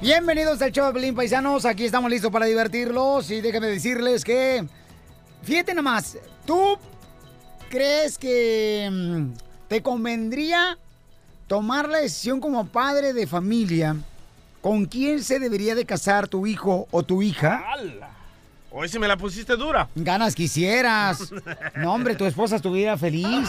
Bienvenidos al show de Pelín Paisanos, aquí estamos listos para divertirlos y déjenme decirles que, fíjate nomás, ¿tú crees que mm, te convendría tomar la decisión como padre de familia con quién se debería de casar tu hijo o tu hija? Hoy sí me la pusiste dura. Ganas quisieras. No, hombre, tu esposa estuviera feliz.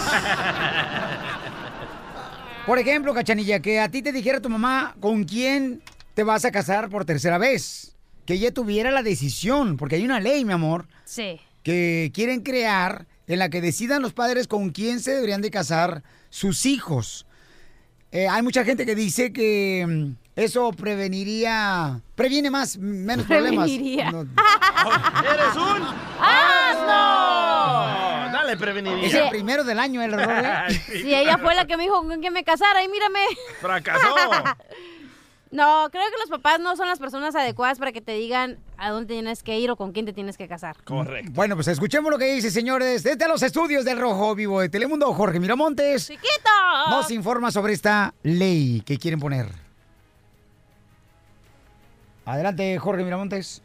Por ejemplo, Cachanilla, que a ti te dijera tu mamá con quién te vas a casar por tercera vez. Que ella tuviera la decisión, porque hay una ley, mi amor, Sí. que quieren crear en la que decidan los padres con quién se deberían de casar sus hijos. Eh, hay mucha gente que dice que mm, eso preveniría, previene más, menos Preveniría. problemas. No, ¡Eres un asno! Dale, preveniría. es el primero del año el error. ¿eh? Sí. Si ella fue la que me dijo con que me casara, y mírame. Fracasó. No, creo que los papás no son las personas adecuadas para que te digan a dónde tienes que ir o con quién te tienes que casar. Correcto. Bueno, pues escuchemos lo que dice, señores, desde los estudios del Rojo Vivo de Telemundo, Jorge Miramontes ¡Chiquito! nos informa sobre esta ley que quieren poner. Adelante, Jorge Miramontes.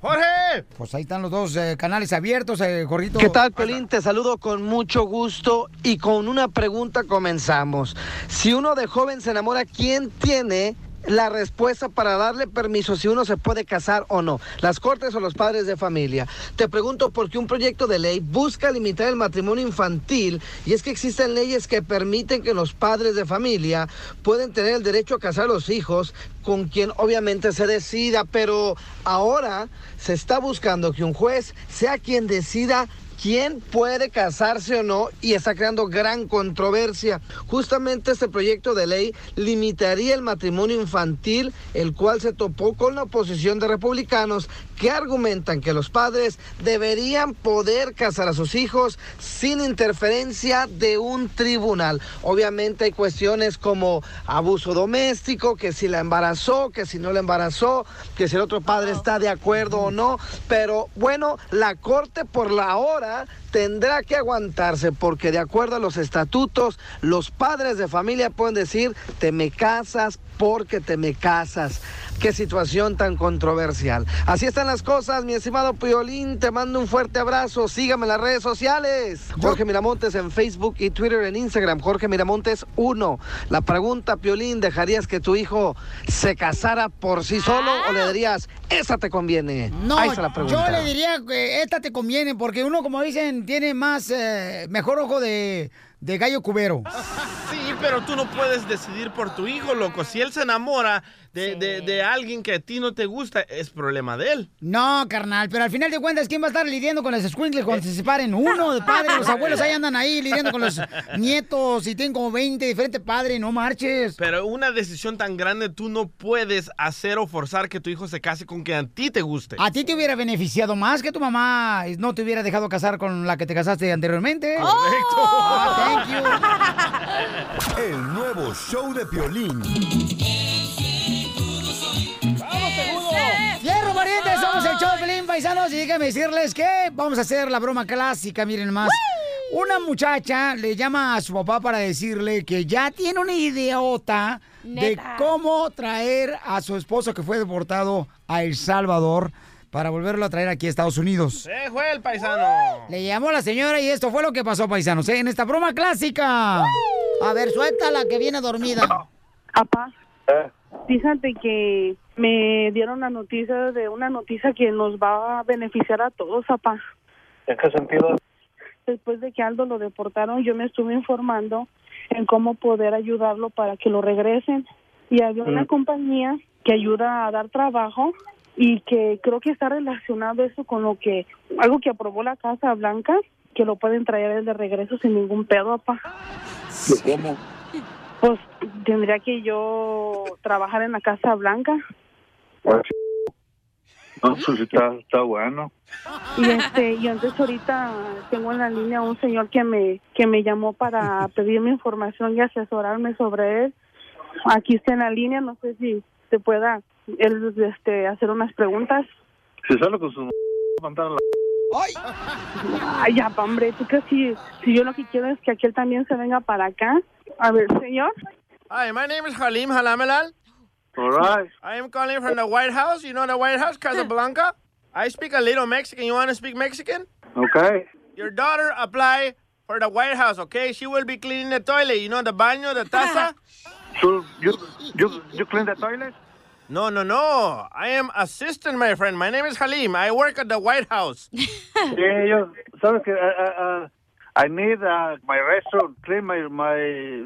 ¡Jorge! Pues ahí están los dos eh, canales abiertos, eh, Jorgito. ¿Qué tal, Pelín? Te saludo con mucho gusto y con una pregunta comenzamos. Si uno de joven se enamora, ¿quién tiene la respuesta para darle permiso si uno se puede casar o no? ¿Las cortes o los padres de familia? Te pregunto porque un proyecto de ley busca limitar el matrimonio infantil y es que existen leyes que permiten que los padres de familia pueden tener el derecho a casar a los hijos con quien obviamente se decida, pero ahora se está buscando que un juez sea quien decida quién puede casarse o no y está creando gran controversia. Justamente este proyecto de ley limitaría el matrimonio infantil, el cual se topó con la oposición de republicanos que argumentan que los padres deberían poder casar a sus hijos sin interferencia de un tribunal. Obviamente hay cuestiones como abuso doméstico, que si la embarazó, que si no la embarazó, que si el otro padre está de acuerdo o no, pero bueno, la corte por la hora tendrá que aguantarse porque de acuerdo a los estatutos, los padres de familia pueden decir, te me casas porque te me casas. Qué situación tan controversial. Así están las cosas, mi estimado Piolín, te mando un fuerte abrazo, sígame en las redes sociales. Jorge Miramontes en Facebook y Twitter en Instagram, Jorge Miramontes 1. La pregunta, Piolín, ¿dejarías que tu hijo se casara por sí solo o le dirías, esa te conviene? No, Ahí está la pregunta. yo le diría que esta te conviene porque uno, como dicen, tiene más, eh, mejor ojo de, de gallo cubero. Sí, pero tú no puedes decidir por tu hijo, loco. Si él se enamora de, de- de alguien que a ti no te gusta, es problema de él. No, carnal, pero al final de cuentas, ¿quién va a estar lidiando con los squinkles cuando se separen? Uno de padre, los abuelos ahí andan ahí lidiando con los nietos y tienen como 20 diferentes padres, no marches. Pero una decisión tan grande tú no puedes hacer o forzar que tu hijo se case con que a ti te guste. A ti te hubiera beneficiado más que tu mamá no te hubiera dejado casar con la que te casaste anteriormente. Ah, thank you. El nuevo show de Piolín. ¡Fierro, pariente! Somos el show de Pelín, paisanos. Y déjenme decirles que vamos a hacer la broma clásica, miren más. Una muchacha le llama a su papá para decirle que ya tiene una idiota de Neta. cómo traer a su esposo que fue deportado a El Salvador para volverlo a traer aquí a Estados Unidos. ¡Eh, fue el paisano! Le llamó la señora y esto fue lo que pasó, paisanos, ¿eh? en esta broma clásica. A ver, suéltala que viene dormida. Papá, fíjate que me dieron la noticia de una noticia que nos va a beneficiar a todos, papá. ¿En qué sentido? Después de que Aldo lo deportaron, yo me estuve informando en cómo poder ayudarlo para que lo regresen. Y había una compañía que ayuda a dar trabajo y que creo que está relacionado eso con lo que, algo que aprobó la Casa Blanca, que lo pueden traer de regreso sin ningún pedo, papá. ¿Cómo? Pues tendría que yo trabajar en la Casa Blanca. No, pues está, está bueno. Y este, yo entonces ahorita tengo en la línea un señor que me, que me llamó para pedirme información y asesorarme sobre él. Aquí está en la línea, no sé si te pueda él este hacer unas preguntas. Si sale con su m- mandar a la... Ay, ya, pa, hombre, tú que si, si yo lo que quiero es que aquel también se venga para acá. A ver, señor. Hi, my name is Halim Halamelal. All right. I am calling from the White House. You know the White House, Casablanca? I speak a little Mexican. You want to speak Mexican? Okay. Your daughter apply for the White House, okay? She will be cleaning the toilet. You know the baño, the taza? So, you, you, you clean the toilet? No, no, no. I am assistant, my friend. My name is Halim. I work at the White House. Yeah, yo, sabes que uh, uh, uh, I need uh, my restroom, clean my, my,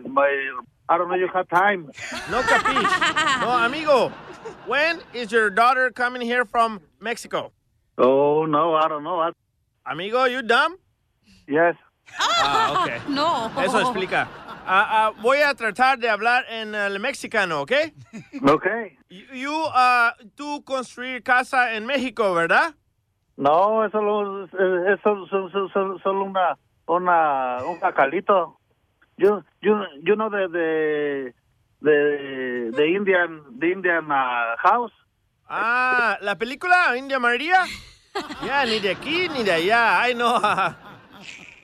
my, I don't know, you have time. No capiche. No, amigo. When is your daughter coming here from Mexico? Oh, no, I don't know. I, Amigo, you dumb? yes. Ah, okay. No. Eso explica. Ah, ah, voy a tratar de hablar en el mexicano, ¿ok? Okay. You, you, ah, tú construir casa en México, ¿verdad? No, es solo, es solo, solo, solo- solo una, una, un jacalito. Yo, yo, yo no de, de, de, de Indian, de Indian uh, House. Ah, la película India María. Ya, ni de aquí ni de allá. Ay, no.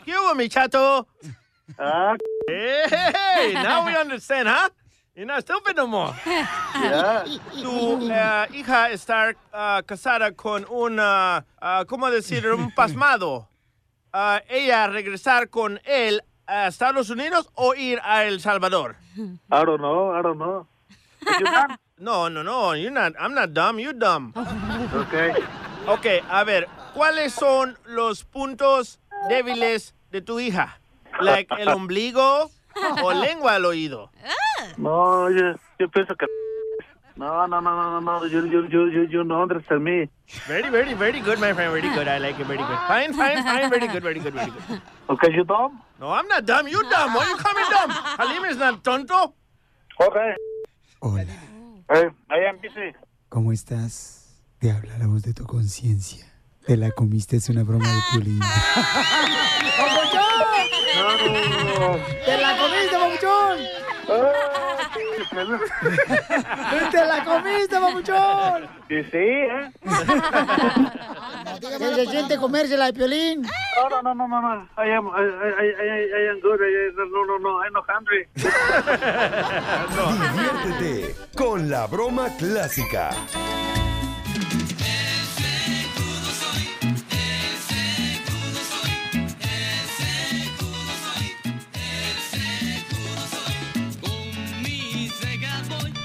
¿Qué hubo, mi chato? Ah, Hey, now we understand, huh? You're not stupid no more. yeah. Tu eh, hija está ah, casada con un, ah, ah, ¿cómo decir? Un pasmado. Ah, ¿Ella regresar con él a Estados Unidos o ir a El Salvador? I don't know, I don't know. You can? No, no, no. You're not, I'm not dumb. You're dumb. Okay. Ok, a ver, ¿cuáles son los puntos débiles de tu hija? Like el ombligo o lengua al oído. No, yo, yo pienso que... No, no, no, no, no, no. You, you, you, you, you know, understand me. Very, very, very good, my friend. Very good. I like it. Very good. Fine, fine, fine. Very good, very good, very good. Okay, you dumb? No, I'm not dumb. You dumb. Why you call me dumb? Halim is not tonto. Okay. Hola, Hey, I am busy. ¿cómo estás? Te habla la voz de tu conciencia. Te la comiste, es una broma de Piolín. ¡Papuchón! No, no, no. ¡Te la comiste, papuchón! Ah, ¡Te la comiste, papuchón! Y sí, ¿eh? ¿Qué se siente comérsela de piolín? No, no, no, no, no, no. I am, I, I, I, I am good. I, I- no, no, no. I'm not hungry. Diviértete con la broma clásica.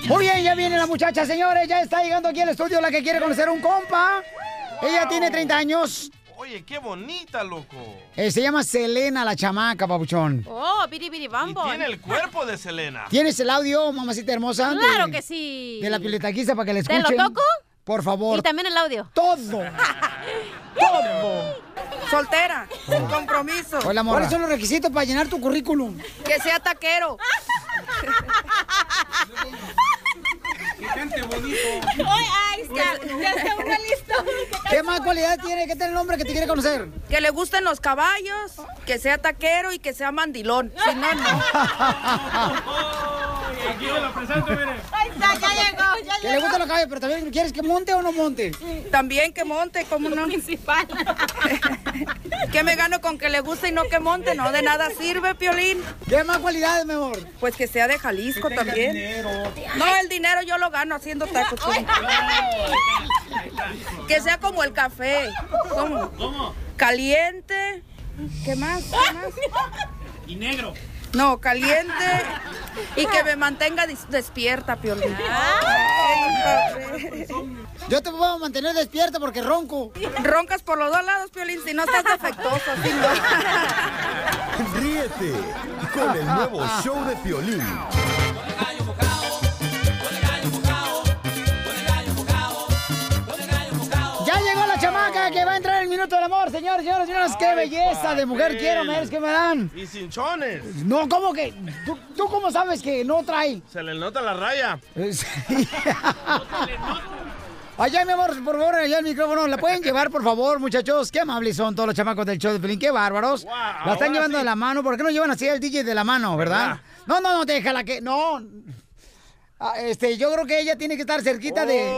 Muy bien, ya viene la muchacha, señores. Ya está llegando aquí al estudio la que quiere conocer a un compa. Ella tiene 30 años. Oye, qué bonita, loco. Eh, se llama Selena la chamaca, papuchón. Oh, piri piri Y bambo. tiene el cuerpo de Selena. ¿Tienes el audio, mamacita hermosa? de- Claro que sí. De la piletaquiza para que la ¿Te lo escuchen. toco? Por Y favor. también el audio. Todo. Todo. Oh. Soltera, sin compromiso, Hola, amor. ¿Cuáles son los requisitos para llenar tu currículum? que sea taquero. Ay, está. Ya está uno listo. ¿Qué más cualidades tiene que tener el hombre que te quiere conocer? Que le gusten los caballos, que sea taquero y que sea mandilón. Si no, no. Ahí está, ya llegó, ya Que le gustan los caballos, pero también quieres que monte o no monte. También que monte, como no. Principal. Que me gano con que le guste y no que monte, no de nada sirve, Piolín. ¿Qué más cualidades, mi amor? Pues que sea de Jalisco también. No, el dinero yo lo gano haciendo tacos. ¿cómo? Que sea como el café. ¿Cómo? Caliente. ¿Qué más? ¿Qué más? Y negro. No, caliente y que me mantenga dis- despierta, Piolín. Ay, Yo te puedo mantener despierta porque ronco. papi. Roncas por los dos lados, Piolín, si no estás defectuoso, si no. Ríete con el nuevo show de Piolín. Ya llegó la chamaca que va a entrar en el minuto del amor, señores, señores, señores. ¡Qué Ay, belleza de mujer papel. quiero, ver que me dan! Y cinchones. No, ¿cómo que? ¿Tú, tú cómo sabes que no trae? Se le nota la raya. Es- Allá, mi amor, por favor, allá el micrófono. ¿La pueden llevar, por favor, muchachos? Qué amables son todos los chamacos del show de Pelín. Qué bárbaros. la ahora están llevando sí. de la mano. ¿Por qué no llevan así al DJ de la mano, verdad? ¿Verdad? No, no, no, déjala que... No. Ah, Este, yo creo que ella tiene que estar cerquita de...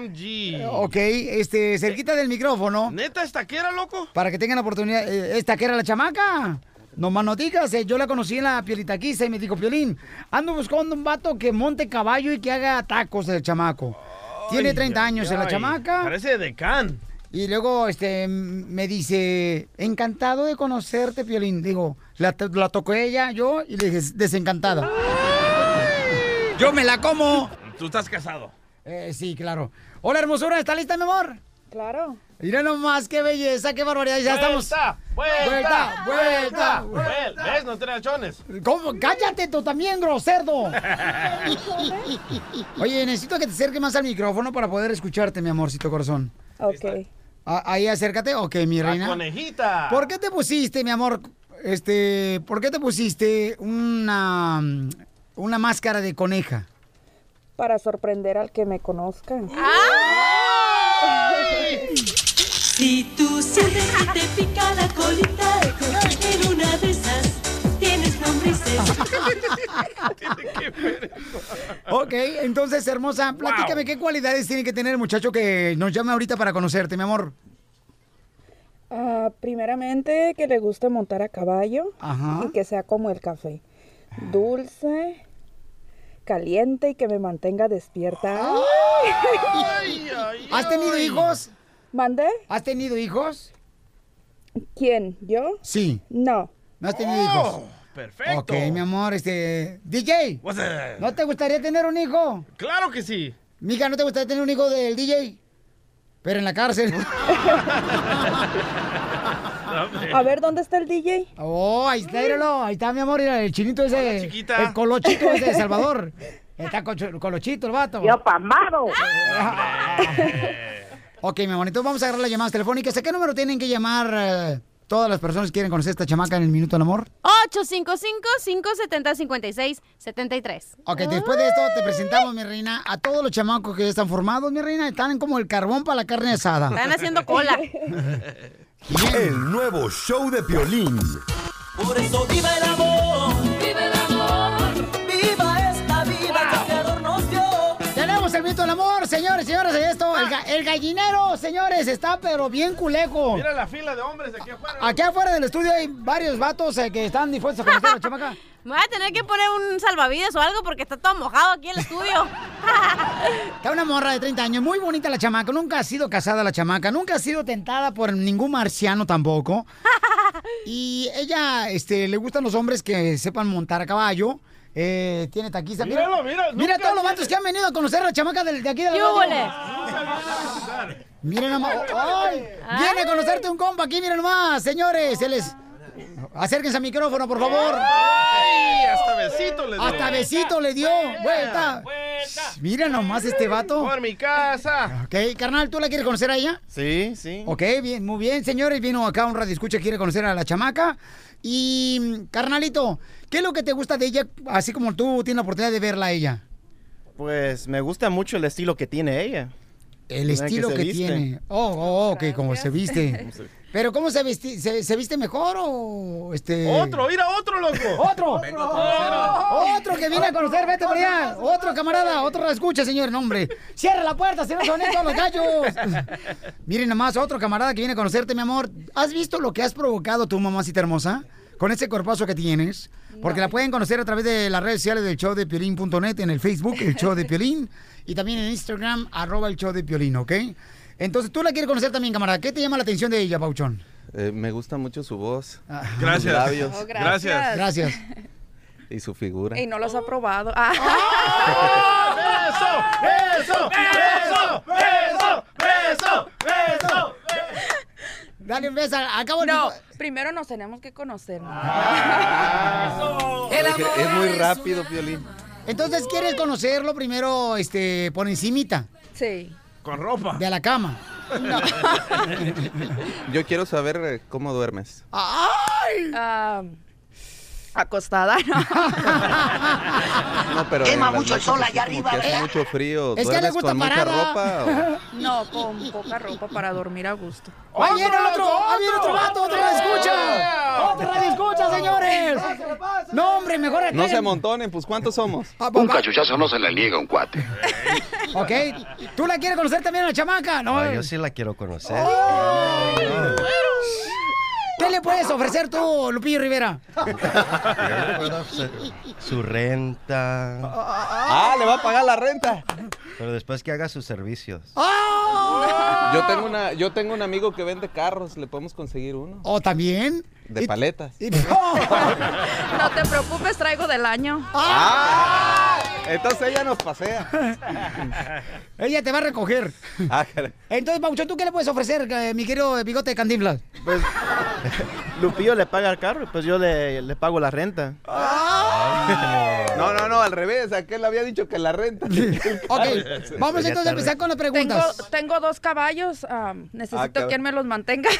OMG. Ok, este, cerquita del micrófono. ¿Neta esta que era, loco? Para que tengan la oportunidad. Eh, Esta que era la chamaca. Nomás no digas, eh, yo la conocí en la piolitaquiza y me dijo, Piolín, ando buscando un vato que monte caballo y que haga tacos el chamaco. Tiene 30 años en la Ay, chamaca. Parece de can. Y luego este m- me dice, encantado de conocerte, Piolín. Digo, la, to- la tocó ella, yo, y le dije, desencantada. Yo me la como. Tú estás casado. Eh, sí, claro. Hola, hermosura, ¿está lista, mi amor? Claro. Mira nomás, qué belleza, qué barbaridad. Ya estamos. Vuelta, Vuelta, vuelta, Vuel- ¿Ves? No tiene chones. ¿Cómo? Cállate tú también, groserdo. Oye, necesito que te acerques más al micrófono para poder escucharte, mi amorcito corazón. Ok. A- Ahí acércate. Ok, mi La reina. conejita. ¿Por qué te pusiste, mi amor? Este, ¿por qué te pusiste una una máscara de coneja? Para sorprender al que me conozca. Ah. Si tú sientes que te pica la colita, creo que en una de esas tienes lombrices. Ok, entonces, hermosa, platícame qué cualidades tiene que tener el muchacho que nos llame ahorita para conocerte, mi amor. Ah, primeramente, que le guste montar a caballo Ajá. y que sea como el café. Dulce, caliente y que me mantenga despierta. ¿Has tenido hijos? ¿Mandé? ¿Has tenido hijos? ¿Quién? ¿Yo? Sí. No. ¿No has tenido hijos? Perfecto. Ok, mi amor, este. DJ, What's that? ¿no te gustaría tener un hijo? Claro que sí. Mija, ¿no te gustaría tener un hijo del DJ? Pero en la cárcel. A ver, ¿dónde está el DJ? Oh, ahí está, míralo, ahí está mi amor, mira, el chinito ese, chiquita. el colochito ese de Salvador. Está cocho- colochito el vato. Yo pamado. ok, mi amor, entonces vamos a agarrar las llamadas telefónicas. ¿A qué número tienen que llamar eh, todas las personas que quieren conocer a esta chamaca en el Minuto del Amor? 855-570-5673. Ok, Ah. después de esto te presentamos, mi reina, a todos los chamacos que ya están formados, mi reina, están como el carbón para la carne asada. Están haciendo cola. El nuevo show de Piolín. Por eso viva el amor. Viva el amor. Viva esta vida que el creador nos dio. Tenemos el mito del amor, señores, señores, esto, Ah. el, ga- el gallinero, señores, está pero bien culeco. Mira la fila de hombres de aquí afuera. Aquí afuera del estudio hay varios vatos eh, que están dispuestos a conocer a la chamaca. Me voy a tener que poner un salvavidas o algo porque está todo mojado aquí en el estudio. Está una morra de 30 años, muy bonita la chamaca, nunca ha sido casada la chamaca, nunca ha sido tentada por ningún marciano tampoco. Y ella, este, le gustan los hombres que sepan montar a caballo. Eh, tiene taquiza. Mira, Míralo, mira, mira nunca todos los tiene- vatos que han venido a conocer a la chamaca del- de, aquí de la ¿Qué radio. hubole? Miren nomás. oh, ¡Ay! Viene a conocerte un compa aquí, miren nomás, señores. Él es- Acérquense al micrófono, por favor. ¡Ay! Hasta besito le dio. Hasta besito le dio. Vuelta. Mira nomás este vato. Por mi casa. Ok, carnal, ¿tú la quieres conocer a ella? Sí, sí. Ok, bien, muy bien, señores. Vino acá un radio escucha, quiere conocer a la chamaca. Y, mm, carnalito, ¿qué es lo que te gusta de ella? Así como tú tienes la oportunidad de verla a ella. Pues me gusta mucho el estilo que tiene ella. El estilo que, tiene. Oh, oh, oh, que como se viste. Pero ¿cómo se viste? ¿Se, se viste mejor o este? Otro, ir a otro, loco. Otro. Otro que viene a conocer, vete por allá. Otro camarada, otro escucha, señor, nombre. Cierra la puerta, si no son todos los gallos. Miren nomás, otro camarada que viene a conocerte, mi amor. ¿Has visto lo que has provocado tu mamacita hermosa? Con ese corpazo que tienes. Porque la pueden conocer a través de las redes sociales del show de Piolín.net, en el Facebook, el show de Piolín, y también en Instagram, arroba el show de Piolín, ¿ok? Entonces tú la quieres conocer también, camarada. ¿Qué te llama la atención de ella, Pauchón? Eh, me gusta mucho su voz. Ah. Gracias. Sus labios. Oh, gracias. Gracias. Y su figura. Y no los ha probado. Ah. ¡Beso! ¡Beso! ¡Beso! ¡Beso! ¡Beso! Dale un beso. Acabo No, primero nos tenemos que conocer. ¿no? Es, que es muy rápido, Violín. Entonces quieres conocerlo primero, este, por encimita. Sí. Con ropa. De la cama. Yo quiero saber eh, cómo duermes. ¡Ay! Acostada, No, pero Quema en las mucho el noches sol así allá como arriba, que hace ¿eh? mucho frío. Es que ¿Duermes le gusta con parada. mucha ropa? o- no. No, con poca ropa para dormir a gusto. ¡Ahí viene el otro! ¡Oh, ¡Ahí viene otro vato! ¡Otra radio escucha! ¡Otra radio escucha, señores! ¡No, hombre, mejor No se esperen. amontonen, pues ¿cuántos somos? Un cachuchazo no se le niega a un cuate. Ok, ¿tú la quieres conocer también a la chamaca? No. eh, Oh. Ah, yo sí la quiero conocer. ¿Qué le puedes ofrecer tú, Lupillo Rivera? Yo puedo hacer Su renta. Ah, le va a pagar la renta. Pero después que haga sus servicios. ¡Oh! Yo tengo, una, yo tengo un amigo que vende carros, le podemos conseguir uno. ¿O también? De paletas. No te preocupes, traigo del año. Entonces ella nos pasea. Ella te va a recoger. Ah, caray. Entonces, Pauchón, ¿tú qué le puedes ofrecer, eh, mi querido bigote de Cantinflas? Pues, Lupillo le paga el carro, pues yo le, le pago la renta. No, no, no, al revés. Aquel le había dicho que la renta. ok, vamos entonces a empezar con las preguntas. Tengo, tengo dos caballos. ah, Ah, necesito caray. quien me los mantenga.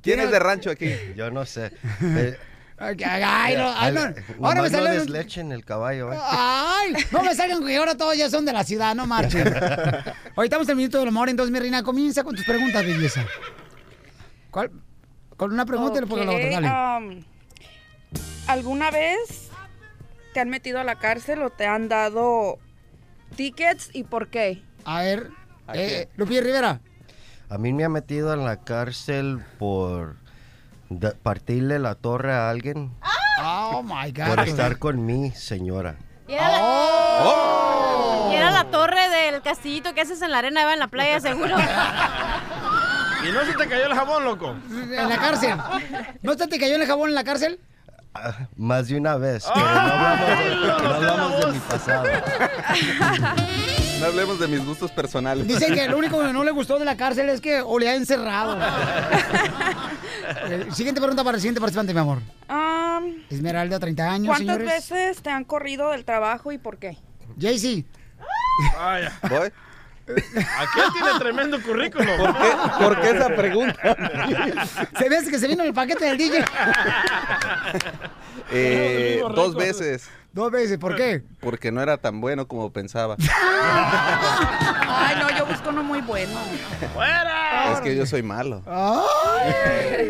¿Quién es de rancho aquí? Yo no sé. Eh, Ah, Ay, no, ay, Ah, no. al- Ahora me nomás no sale un- Ah, deslechen el caballo, eh. Ay, no me salgan que ahora todos ya son de la ciudad, no marchen. Hoy estamos en el minuto del amor, entonces mi reina, comienza con tus preguntas, belleza. ¿Cuál? Con una pregunta y Ok, después con la otra, dale. um, ¿Alguna vez te han metido a la cárcel o te han dado tickets y por qué? A ver, eh, Lupillo Rivera. A mí me ha metido en la cárcel por da- partirle la torre a alguien Oh my God. por estar con mi señora. Y era, Oh. la... y era la torre del castillito que haces en la arena, Eva, en la playa, seguro. ¿Y no se te cayó el jabón, loco? En la cárcel. ¿No te, te cayó el jabón en la cárcel? Ah, Más de una vez, pero no Ah, Ah. hablamos de, no hablamos de mi pasado. No hablemos de mis gustos personales. Dicen que lo único que no le gustó de la cárcel es que o le ha encerrado. Eh, Siguiente pregunta para el siguiente participante, mi amor. Um, Esmeralda, 30 años, ¿Cuántas señores. veces te han corrido del trabajo y por qué? Jaycee. Vaya. ¿Voy? Aquel tiene tremendo currículum. ¿Por qué, por qué esa pregunta? Se ve que se vino el paquete del DJ. Eh, Amigo, dos récord. veces. Dos veces, ¿por qué? Porque no era tan bueno como pensaba. Ay, no, yo busco uno muy bueno. Es que yo soy malo.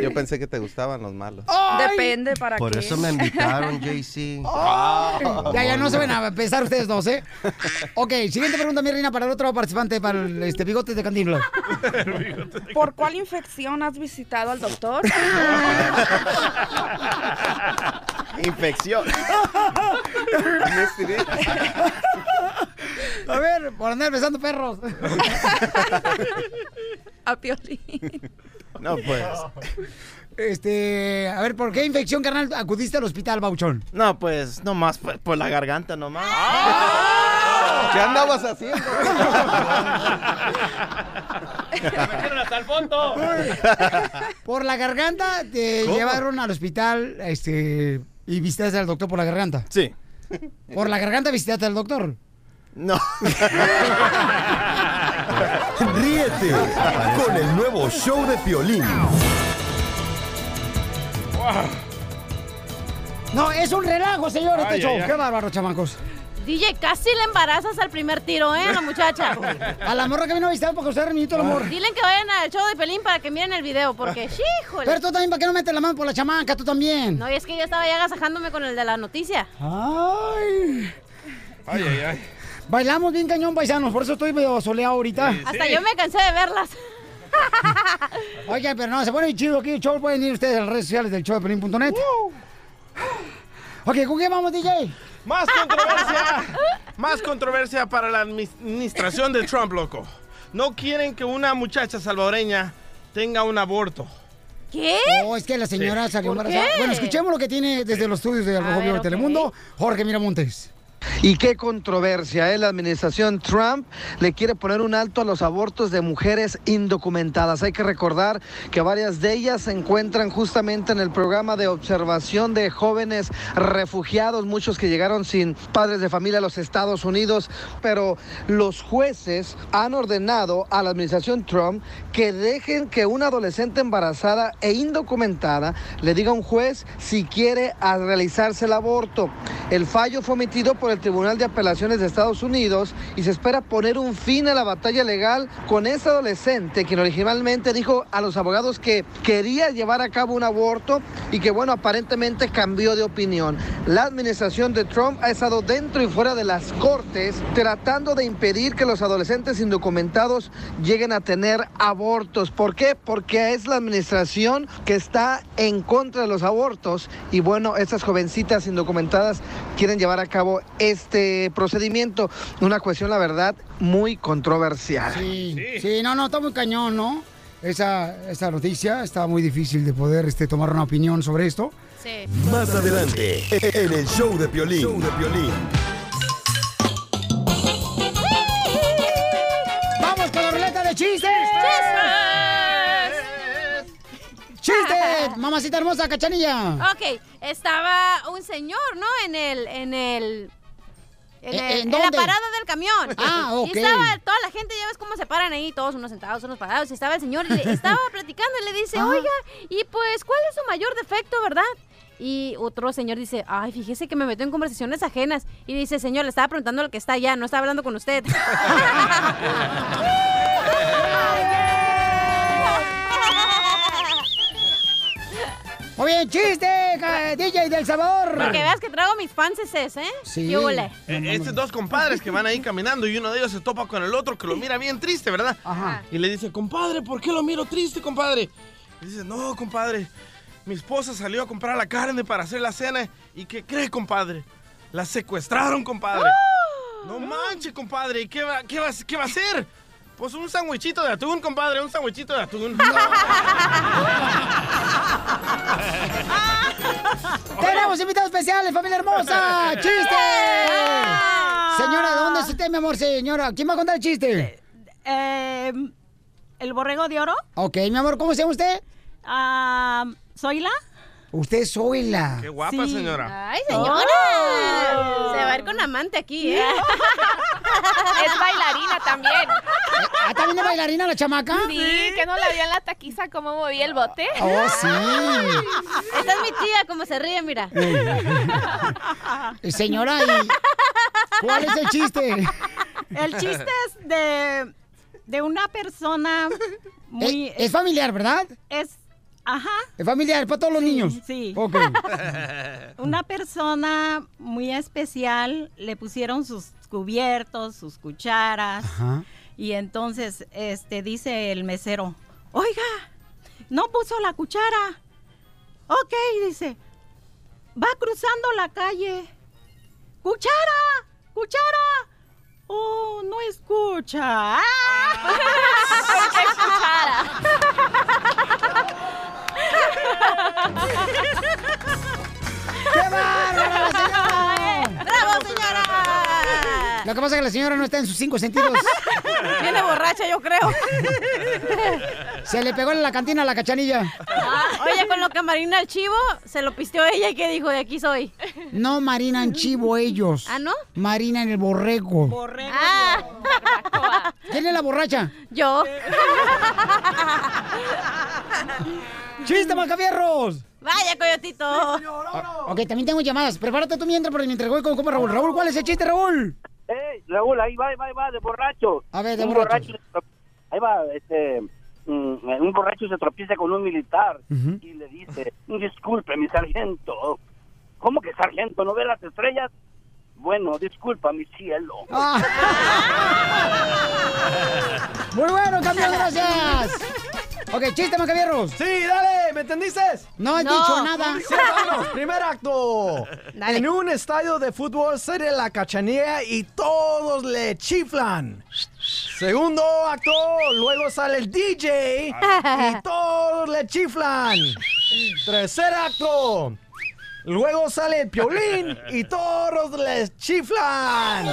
Yo pensé que te gustaban los malos. Depende para Por qué. eso me invitaron, JC. Oh, Ya, ya no se van a empezar ustedes dos, ¿eh? Ok, siguiente pregunta, mi reina, para el otro participante, para el, este bigote de Cantinflas. ¿Por cuál infección has visitado al doctor? Infección. A ver, por andar besando perros. A Piolín. No, pues. Este, a ver, ¿por qué infección, carnal, acudiste al hospital, Bauchón? No, pues, nomás por, por la garganta, nomás. ¡Ah! ¿Qué andabas haciendo? hasta el fondo. Por la garganta te ¿Cómo? llevaron al hospital, este, y visitaste al doctor por la garganta. Sí. ¿Por la garganta visitaste al doctor? No. Ríete con el nuevo show de Piolín. No, es un relajo, señor, este Ay, show. ay, ay. Qué bárbaro, chamacos. DJ, casi le embarazas al primer tiro, ¿eh? A la muchacha. A la morra que vino a visitar porque usted remito el amor. Ah. Dilen que vayan al show de Pelín para que miren el video, porque, híjole. Pero tú también, ¿para qué no metes la mano por la chamaca? Tú también. No, y es que yo estaba ya agasajándome con el de la noticia. Ah, Ay. Ay, ay, ay. Bailamos bien cañón, paisanos, por eso estoy medio soleado ahorita. Hasta yo me cansé de verlas. Oigan, pero no, se pone bien chido aquí el show. Pueden ir ustedes a las redes sociales del show de Pelín.net. Ok, ¿con qué vamos, DJ? Más controversia. Más controversia para la admis- administración de Trump, loco. No quieren que una muchacha salvadoreña tenga un aborto. ¿Qué? Oh, es que la señora Sí. salió ¿Por embarazada. qué? Bueno, escuchemos lo que tiene desde los estudios de Rojo ver, Vivo de Telemundo, Jorge Miramontes. Y qué controversia, ¿eh? La administración Trump le quiere poner un alto a los abortos de mujeres indocumentadas. Hay que recordar que varias de ellas se encuentran justamente en el programa de observación de jóvenes refugiados, muchos que llegaron sin padres de familia a los Estados Unidos, pero los jueces han ordenado a la administración Trump que dejen que una adolescente embarazada e indocumentada le diga a un juez si quiere a realizarse el aborto. El fallo fue emitido por el Tribunal de Apelaciones de Estados Unidos y se espera poner un fin a la batalla legal con esta adolescente quien originalmente dijo a los abogados que quería llevar a cabo un aborto y que bueno, aparentemente cambió de opinión. La administración de Trump ha estado dentro y fuera de las cortes tratando de impedir que los adolescentes indocumentados lleguen a tener abortos. ¿Por qué? Porque es la administración que está en contra de los abortos y bueno, estas jovencitas indocumentadas quieren llevar a cabo este procedimiento. Una cuestión, la verdad, muy controversial. Sí, sí, no, no, está muy cañón, ¿no? Esa, esa noticia está muy difícil de poder este, tomar una opinión sobre esto. Sí. Más adelante, en el show de Piolín. Show de Piolín. ¡Vamos con la ruleta de chistes! ¡Chistes! ¡Chistes! Mamacita hermosa, cachanilla. Ok, estaba un señor, ¿no? En el, en el... En, el- ¿En- ¿E-, en en la dónde? parada del camión. Ah, ok. Y estaba toda la gente, ya ves cómo se paran ahí, todos unos sentados, unos parados. Y estaba el señor, y le- estaba platicando y le dice, Ah. Ajá. oiga, y pues, ¿cuál es su mayor defecto, verdad? Y otro señor dice, ay, fíjese que me meto en conversaciones ajenas. Y dice, señor, le estaba preguntando al que está allá, no estaba hablando con usted. Muy bien, chiste, ca- DJ del Salvador. Para que veas que traigo mis fanses, ¿eh? ¿Qué huele? Eh, estos dos compadres que van ahí caminando y uno de ellos se topa con el otro que lo mira bien triste, ¿verdad? Y le dice, compadre, ¿por qué lo miro triste, compadre? Y dice, no, compadre, mi esposa salió a comprar la carne para hacer la cena y ¿qué cree, compadre? La secuestraron, compadre. ¡Oh! No manches, compadre, ¿y qué va, qué va, qué va a hacer? Pues un sandwichito de atún, compadre, un sandwichito de atún. Tenemos invitados especiales, familia hermosa. ¡Chiste! Señora, ¿de dónde es usted, mi amor, señora? ¿Quién va a contar el chiste? Eh, ¿El borrego de oro? Ok, mi amor, ¿cómo se llama usted? Ah, ¿Zoila? Usted es Zoila. Qué guapa, señora. Ay, señora. Oh. Se va a ir con amante aquí, ¿eh? Es bailarina también. ¿Ah, también es bailarina la chamaca? Sí, que no la vio en la taquiza cómo movía el bote. Oh, sí. Esta es mi tía, como se ríe, mira. Eh, Señora, ¿y ¿cuál es el chiste? El chiste es de, de una persona muy... Eh, es familiar, ¿verdad? Es, ajá, Es familiar, para todos los niños. sí. Ok. una persona muy especial. Le pusieron sus cubiertos, sus cucharas. Ajá. Y entonces este dice el mesero, oiga, no puso la cuchara. Ok, dice, va cruzando la calle. ¡Cuchara! ¡Cuchara! Oh, no escucha. ¡Ah! ¡Qué bárbara, señora! ¡Bravo, señora! Lo que pasa es que la señora no está en sus cinco sentidos. Viene borracha, yo creo. Se le pegó en la cantina a la cachanilla. Oye, con lo que Marina el chivo, se lo pisteó ella y que dijo, de aquí soy. No marinan chivo ellos. ¿Ah, no? Marinan el borrego. Ah. ¿Quién es la borracha? Yo. ¡Chiste, Macafierros! Vaya, coyotito. Ah, ok, también tengo llamadas. Prepárate tú mientras, porque mientras voy con compa Raúl. Raúl, ¿cuál es el chiste, Raúl? Ey, Eh, Raúl, ahí va, ahí va, ahí va, de borracho. A ver, de borracho. Ahí va, este, mm, un borracho se tropieza con un militar y le dice, disculpe, mi sargento. ¿Cómo que sargento? ¿No ve las estrellas? Bueno, disculpa, mi cielo. Muy bueno, campeón, gracias. Ok, chiste, Macafierros. Sí, dale, ¿me entendiste? No has No. dicho nada. Sí, vamos, primer acto. En un estadio de fútbol sale la cachanilla y todos le chiflan. Segundo acto, luego sale el DJ y todos le chiflan. Tercer acto, Luego sale Piolín y todos les chiflan.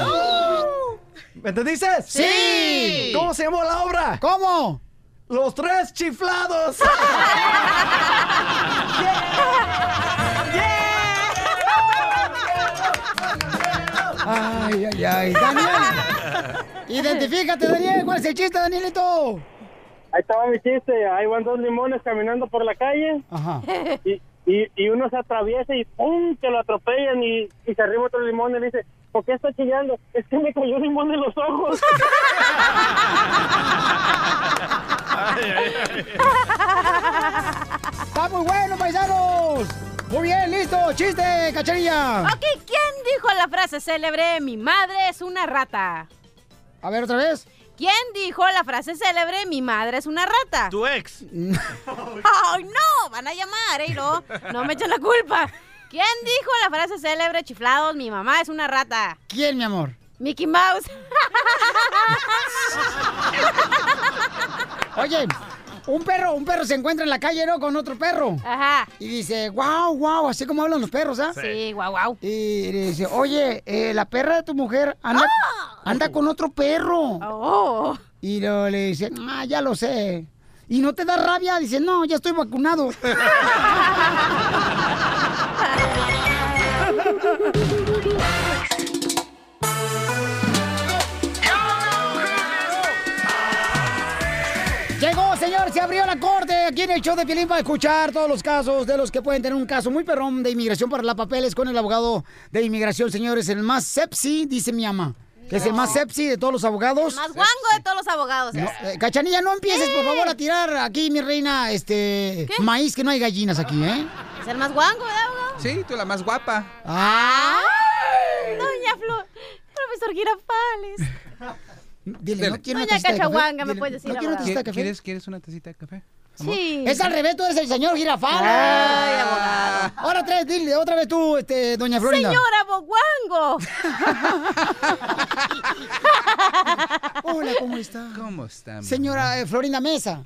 ¿Me entendiste? Sí. ¿Cómo se llamó la obra? ¿Cómo? Los tres chiflados. Ay, ay, ay. Daniel. Identifícate, Daniel. ¿Cuál es el chiste, Danielito? Ahí estaba mi chiste, ahí van dos limones caminando por la calle Ajá. y, y, y uno se atraviesa y ¡pum! que lo atropellan y, y se arriba otro limón y le dice, ¿por qué está chillando? Es que me cayó un limón en los ojos. ¡Está muy bueno, paisanos! Muy bien, listo. Chiste, cacharilla. Ok, ¿quién dijo la frase célebre Mi madre es una rata? A ver, otra vez. ¿Quién dijo la frase célebre Mi madre es una rata? Tu ex. ¡Ay, no! Van a llamar, ¿eh? No, no me echen la culpa. ¿Quién dijo la frase célebre chiflados Mi mamá es una rata? ¿Quién, mi amor? Mickey Mouse. Oye, un perro, un perro se encuentra en la calle, ¿no? Con otro perro. Ajá. Y dice, wow, wow, así como hablan los perros, ¿ah? Sí. Sí, guau, guau. Y le dice, oye, eh, la perra de tu mujer anda, ¡Ah! anda con otro perro. Oh. Y luego le dice, ah, ya lo sé. Y no te da rabia, dice, no, ya estoy vacunado. Llegó, señor, se abrió la corte aquí en el show de Pielín para escuchar todos los casos de los que pueden tener un caso muy perrón de inmigración para la papeles con el abogado de inmigración, señores, el más sepsi, dice mi ama. Que es el más sepsi de todos los abogados. Más guango de todos los abogados. No, eh, Cachanilla, no empieces, por favor, a tirar aquí, mi reina, este maíz, que no hay gallinas aquí, ¿eh? Es el más guango, ¿verdad, abogado? Sí, tú la más guapa. ¡Ah! Doña Flor, profesor Girafales. Dile, no quiero una Doña tacita de café. Cachahuanga, me Dile, puedes decir, No quiero una abogado. tacita de café. ¿Quieres, ¿Quieres una tacita de café? amor? Sí. Es al revés, tú eres el señor Girafal. Ay, abogado. Ahora tres, dile, otra vez tú, este, doña Florinda. Señora Boguango. Hola, ¿cómo está? ¿Cómo está? Señora eh, Florinda Mesa.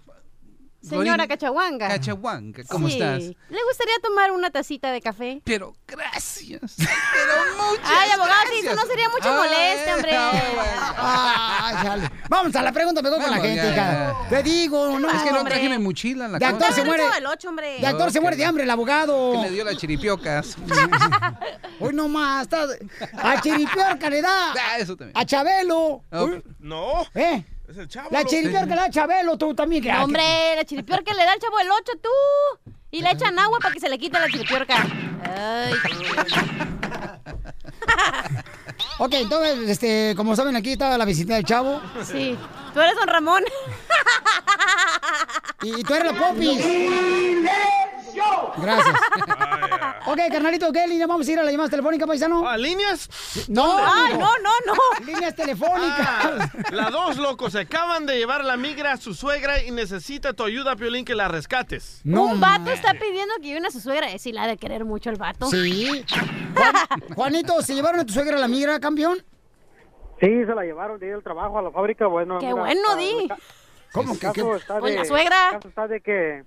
Señora Cachahuanga. Cachahuanga, ¿cómo Sí. estás? ¿Le gustaría tomar una tacita de café? Pero gracias. Ay, abogado, sí, gracias. eso no sería mucho Ay, molestia, hombre. Ay, chale. Vamos a la pregunta, mejor con la Vamos, gente, ya, hija. ya. Te digo, no. es que no hombre. traje mi mochila en la De actor cosa. se muere. el ocho, hombre. De actor se muere de hambre el abogado. Que me dio las chiripiocas. Hoy nomás, está a Chiripiorca le da. Ah, eso también. Ah, A Chabelo. Uy, No. ¿Eh? Es el chavo. La Chiripiorca le da a Chabelo, tú también. que- No, hombre, la chiripiorca le da al chavo el 8 tú. Y le echan agua para que se le quite la chiripiorca. Ay. Ok, entonces, este, como saben, aquí estaba la visita del chavo. Sí. Tú eres don Ramón. Y, y tú eres la popis. Gracias. Ok, carnalito, ¿qué línea vamos a ir a la llamada telefónica, paisano? ¿A líneas? No. Ay, no, no, Líneas telefónicas. Ah. La dos, loco, se acaban de llevar la migra a su suegra y necesita tu ayuda, Piolín, que la rescates. Un vato está pidiendo que viva a su suegra. Eh, Sí, la ha de querer mucho el vato. Sí. Juanito, ¿se llevaron a tu suegra a la migra, campeón? Sí, se la llevaron de ahí al trabajo, a la fábrica, bueno. Qué mira, bueno, ah, di. ¿Cómo el que- caso que- está Con de- la suegra. El caso está de que,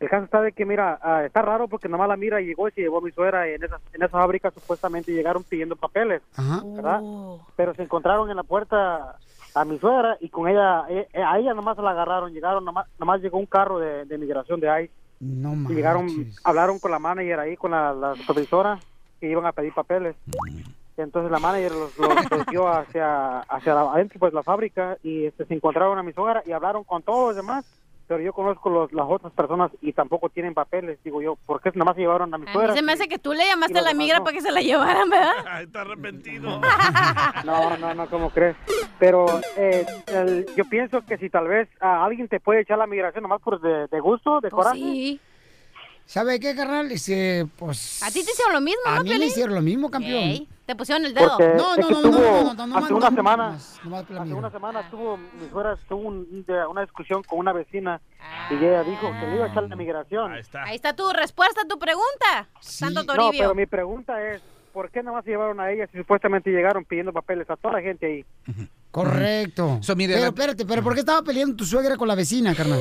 el caso está de que mira, ah, está raro porque nomás la mira llegó y se llevó mi suegra en esa, en esa fábrica supuestamente llegaron pidiendo papeles, ¿verdad? Oh. Pero se encontraron en la puerta a mi suegra y con ella, eh, eh, a ella nomás la agarraron, llegaron, nomás, nomás llegó un carro de, de migración de ahí. No Y llegaron, hablaron con la manager ahí, con la, la supervisora, que iban a pedir papeles. Entonces la manager los, los desvió hacia, hacia la- adentro, pues la fábrica, y este, se encontraron a mi suegra y hablaron con todos los demás. Pero yo conozco los, las otras personas y tampoco tienen papeles. Digo yo, ¿por qué nada más se llevaron a mi A mí suegra? se me hace que tú le Y llamaste a los la demás migra no. para que se la llevaran, ¿verdad? Ay, está arrepentido. No, no, no, ¿cómo crees? Pero eh, el- yo pienso que si tal vez a alguien te puede echar la migración nomás por de, de gusto, Pues de coraje. ¿Sabe qué, carnal? Este, pues. A ti te hicieron lo mismo, A ¿no, mí me Piolín? hicieron lo mismo, campeón. Ey, te pusieron el dedo. Porque No, es no, que no, no, estuvo no, no, no, no, hace no, una no, semana. nomás, nomás por la Hace migra. una semana estuvo, mi suegra tuvo un- de- una discusión con una vecina y ella dijo que le iba a echar Ah, la migración. Ahí está. Ah. Ahí está tu respuesta a tu pregunta, Santo No, Toribio. pero mi pregunta es, ¿por qué nomás se llevaron a ella si supuestamente llegaron pidiendo papeles a toda la gente ahí? Correcto. Mm. So, mire, pero la- espérate, pero ¿por qué estaba peleando tu suegra con la vecina, carnal?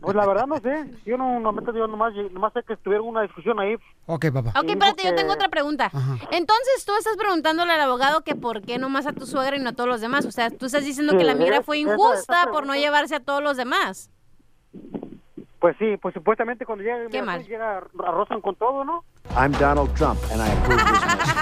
Pues la verdad no sé. Yo no, no me yo nomás, nomás sé que estuvieron una discusión ahí. Ok, papá. Ok, espérate, yo tengo que- otra pregunta. Entonces tú estás preguntándole al abogado que por qué nomás a tu suegra y no a todos los demás. O sea, tú estás diciendo que la Sí, migra es- fue esa- injusta esa por no llevarse a todos los demás. Pues sí, pues supuestamente cuando llega, Qué mal. llega arrozan con todo, ¿no? I'm Donald Trump and I approve this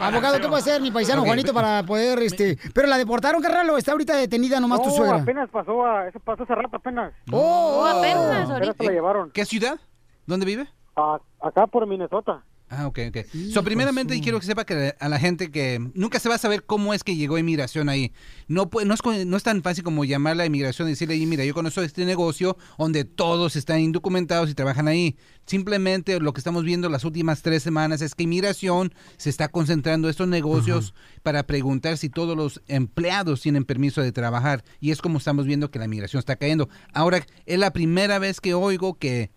Abogado, ¿qué puede hacer mi paisano Ok. Juanito para poder, este... Pero la deportaron, carnal, o está ahorita detenida nomás tu Oh, No, suegra? Oh, apenas pasó, a, eso pasó hace rato apenas. Oh, oh, apenas, Apenas se la ahorita. llevaron. ¿Qué ciudad? ¿Dónde vive? A- acá por Minnesota. Ah, ok, ok. So, primeramente, quiero que sepa que a la gente que nunca se va a saber cómo es que llegó inmigración ahí. No, puede- no, es, co- no es tan fácil como llamar a inmigración y decirle, "Oye, mira, yo conozco este negocio donde todos están indocumentados y trabajan ahí. Simplemente lo que estamos viendo las últimas tres semanas es que inmigración se está concentrando en estos negocios para preguntar si todos los empleados tienen permiso de trabajar. Y es como estamos viendo que la inmigración está cayendo. Ahora, es la primera vez que oigo que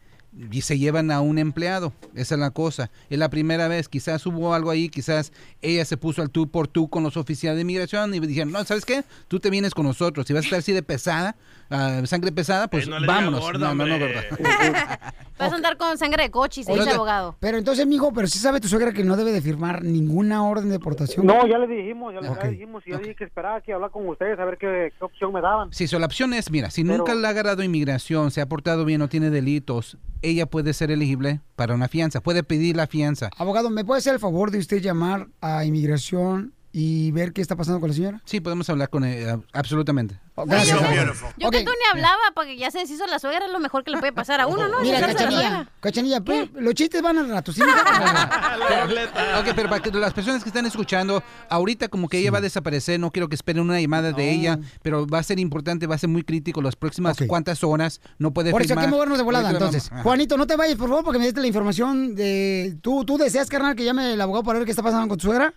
y se llevan a un empleado. Esa es la cosa. Es la primera vez. Quizás hubo algo ahí, quizás ella se puso al tú por tú con los oficiales de inmigración y dijeron, no, ¿sabes qué? Tú te vienes con nosotros. Si vas a estar así de pesada, ah, sangre pesada, pues no le diga vámonos. gorda, no, no, no, hombre. gorda. Vas a andar con sangre de coche, dice el abogado. Pero entonces, mijo, pero sí sabe tu suegra que no debe de firmar ninguna orden de deportación. No, ya le dijimos, ya le, ya Ok. le dijimos y yo dije que esperaba que hablar con ustedes a ver qué, qué opción me daban. Sí, so, la opción es, mira, si nunca le ha agarrado inmigración, se ha portado bien, no tiene delitos, ella puede ser elegible para una fianza, puede pedir la fianza. Abogado, ¿me puede hacer el favor de usted llamar a inmigración y ver qué está pasando con la señora? Sí, podemos hablar con ella, absolutamente. Gracias, abogado. Yo que tú ni hablaba porque ya se deshizo la suegra, es lo mejor que le puede pasar a uno, ¿no? Mira, Deshacerse de la suegra. cachanilla, cachanilla, pe- los chistes van al rato, ¿sí, mija? Ok, pero para que las personas que están escuchando, ahorita como que ella va a desaparecer, no quiero que esperen una llamada de ella, pero va a ser importante, va a ser muy crítico las próximas cuantas horas, no puede Por eso firmar. hay Ah, que movernos de volada, Ahorita entonces. vamos. Ajá. Juanito, no te vayas, por favor, porque me diste la información de... ¿Tú, tú deseas, carnal, que llame el abogado para ver qué está pasando con tu suegra?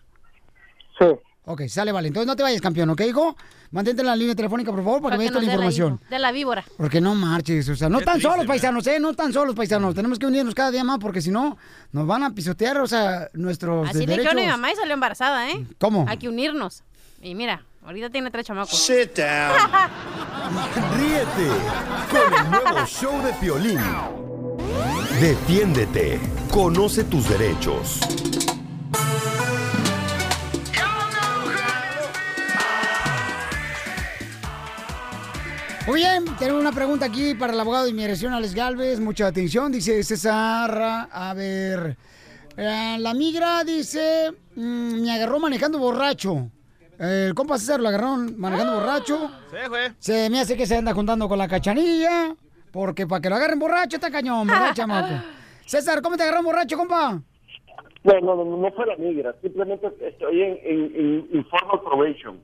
Sí. Ok, sale, vale. Entonces no te vayas, campeón, ¿ok, hijo? Mantente en la línea telefónica, por favor, Para para que que me des toda nos la dé la información. info, De la víbora. Porque no marches, o sea, no Qué tan triste, solos, paisanos, ¿eh? No tan solos, paisanos. Tenemos que unirnos cada día más porque si no, nos van a pisotear, o sea, nuestros Así le Pues derechos. dijeron a mi mamá y salió embarazada, ¿eh? ¿Cómo? Hay que unirnos. Y mira, ahorita tiene tres chamacos. Sit down. Ríete con el nuevo show de Piolín. Defiéndete. Conoce tus derechos. Muy bien, tengo una pregunta aquí para el abogado de inmigración, Alex Galvez. Mucha atención, dice César. A ver, eh, la migra dice, mm, me agarró manejando borracho. Eh, El compa César lo agarró manejando borracho. Sí, güey. Se me hace que se anda juntando con la cachanilla, porque para que lo agarren borracho está cañón, ¿verdad, chamaco? César, ¿cómo te agarró borracho, compa? Bueno, no, no, no fue la migra, simplemente estoy en, en, en informal probation.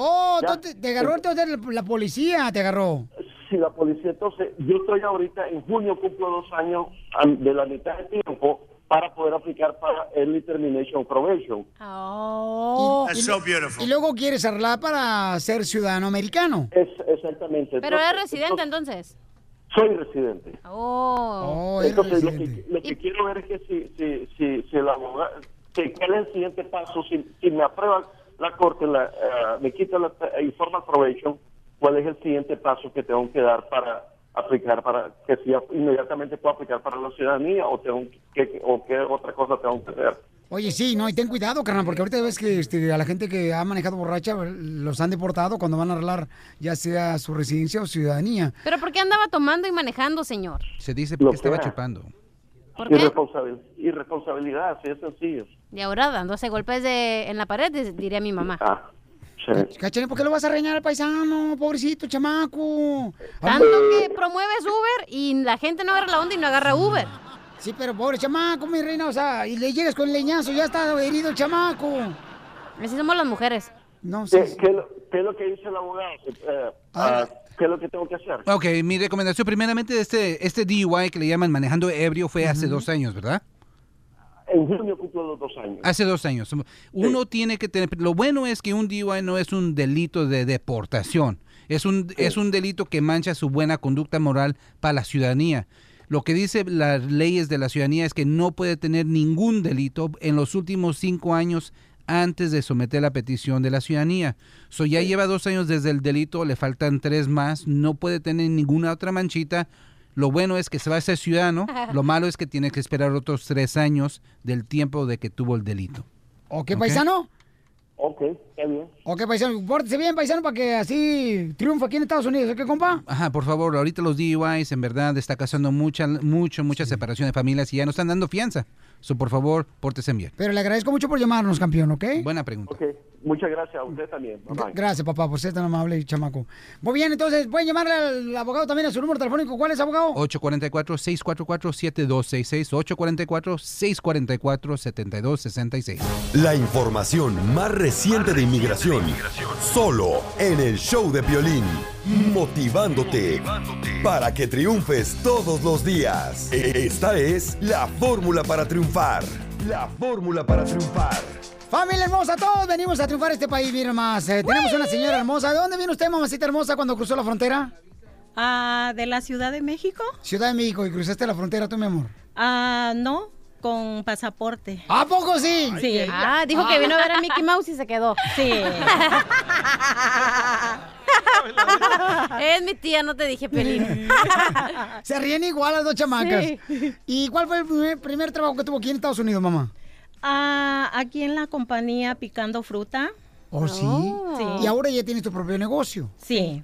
Oh, Ya. tú te, te agarró entonces la policía, te agarró. Si la policía, entonces, yo estoy ahorita, en junio cumplo dos años am, de la mitad de tiempo para poder aplicar para Early Termination Probation. Ah. Oh. That's so beautiful. Y luego quieres arreglar para ser ciudadano americano. exactamente. Pero Entonces, es residente entonces. Soy residente. Oh. Entonces, lo que, lo que quiero ver es que si, si, si, si el abogado, que cuál es el siguiente paso, si, si me aprueba la corte, la, eh, me quita la eh, informal probation, cuál es el siguiente paso que tengo que dar para aplicar para que si inmediatamente puedo aplicar para la ciudadanía o tengo que o qué otra cosa tengo que hacer. Oye, sí, no, y ten cuidado, carnal, porque ahorita ves que este, a la gente que ha manejado borracha los han deportado cuando van a arreglar ya sea su residencia o ciudadanía. Pero ¿por qué andaba tomando y manejando, señor? Se dice Lo que estaba que era. chupando. ¿Por qué? Irresponsabil- irresponsabilidad, así es sencillo. Y ahora dándose golpes de, en la pared, dis- diría mi mamá. Ah, sí. Cachanilla, ¿por qué lo vas a reñar al paisano? Pobrecito chamaco. Tanto Ah. que promueves Uber y la gente no agarra la onda y no agarra Uber. Sí, pero pobre chamaco, mi reina, o sea, y le llegas con el leñazo, ya está herido el chamaco. Así somos las mujeres. No, ¿Qué, qué es lo- qué es lo que dice el abogado? Eh, ah, ¿Qué es lo que tengo que hacer? Ok, mi recomendación, primeramente, este, este DUI que le llaman manejando ebrio fue hace dos años, ¿verdad? En junio cumplo los dos años. Hace dos años. Uno tiene que tener. Lo bueno es que un DUI no es un delito de deportación. Es un, es un delito que mancha su buena conducta moral para la ciudadanía. Lo que dice las leyes de la ciudadanía es que no puede tener ningún delito en los últimos cinco años antes de someter la petición de la ciudadanía. So ya lleva dos años desde el delito, le faltan tres más, no puede tener ninguna otra manchita. Lo bueno es que se va a ser ciudadano, lo malo es que tiene que esperar otros tres años del tiempo de que tuvo el delito. ¿Ok, paisano? Ok, está bien. Ok, paisano. Pórtese bien, paisano, para que así triunfa aquí en Estados Unidos. ¿Qué, compa? Ajá, por favor, ahorita los DUIs en verdad está causando mucha, mucho, mucha separación de familias y ya no están dando fianza. So, por favor, pórtense bien. Pero le agradezco mucho por llamarnos, campeón, ¿ok? Buena pregunta. Muchas gracias a usted también. Bye, bye. Gracias, papá, por ser tan amable y chamaco. Muy bien, entonces, pueden llamarle al abogado también a su número telefónico. ¿Cuál es, abogado? 844-644-7266, 844-644-7266. La información más reciente de inmigración. Solo en el show de violín. Motivándote para que triunfes todos los días. E- Esta es la fórmula para triunfar. La fórmula para triunfar. Familia hermosa, todos venimos a triunfar a este país, bien más. Eh, tenemos una señora hermosa. ¿De dónde vino usted, mamacita hermosa, cuando cruzó la frontera? Ah, ¿De la Ciudad de México? Ciudad de México, y cruzaste la frontera tú, mi amor. Ah, no, con pasaporte. ¿A poco sí? Sí. Ah, dijo que vino a ver a Mickey Mouse y se quedó. Sí. es mi tía, no te dije, Pelín. Se ríen igual las dos chamacas. ¿Y cuál fue el primer, primer trabajo que tuvo aquí en Estados Unidos, mamá? Ah, aquí en la compañía Picando Fruta. ¿Oh, sí? Sí. Y ahora ya tienes tu propio negocio. Sí.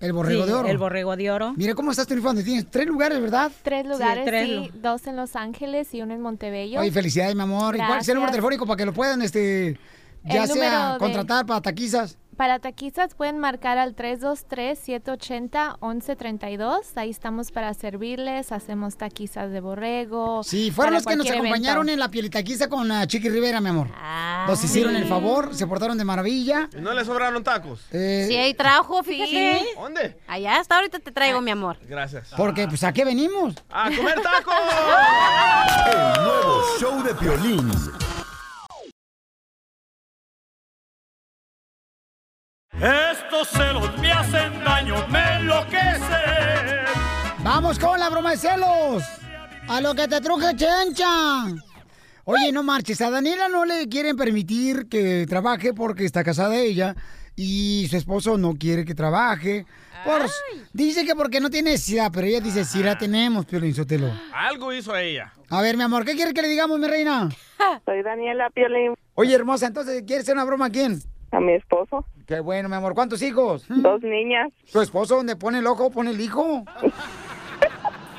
El borrego Sí, de oro. El borrego de oro. Mira cómo estás triunfando. Tienes tres lugares, ¿verdad? Tres lugares, sí, tres dos en Los Ángeles y uno en Montebello. Oye, felicidades, mi amor. ¿Y cuál es el número Gracias. telefónico para que lo puedan, este, ya El número sea de- contratar para taquizas? Para taquistas pueden marcar al 323-780-1132. Ahí estamos para servirles. Hacemos taquizas de borrego. Sí, fueron para los que nos cualquier evento. Ah. acompañaron en la pielitaquiza con ah, Chiqui Rivera, mi amor. nos hicieron el favor, se portaron de maravilla. ¿No le sobraron tacos? Eh, Sí, ahí trabajo, fíjate. ¿Dónde? Allá, hasta ahorita te traigo, mi amor. Gracias. Porque, pues, ¿a qué venimos? ¡A comer tacos! El nuevo show de violín. Estos celos me hacen daño, me enloquecen. Vamos con la broma de celos. A lo que te truje, chencha. Oye, no marches. A Daniela no le quieren permitir que trabaje porque está casada ella y su esposo no quiere que trabaje. Por- dice que porque no tiene necesidad, pero ella dice, sí la tenemos, Piolín Sotelo. Algo hizo ella. A ver, mi amor, ¿qué quiere que le digamos, mi reina? Soy Daniela Piolín. Oye, hermosa, entonces, ¿quieres hacer una broma a quién? A mi esposo. Qué bueno, mi amor. ¿Cuántos hijos? Dos niñas. ¿Tu esposo donde pone el ojo, pone el hijo?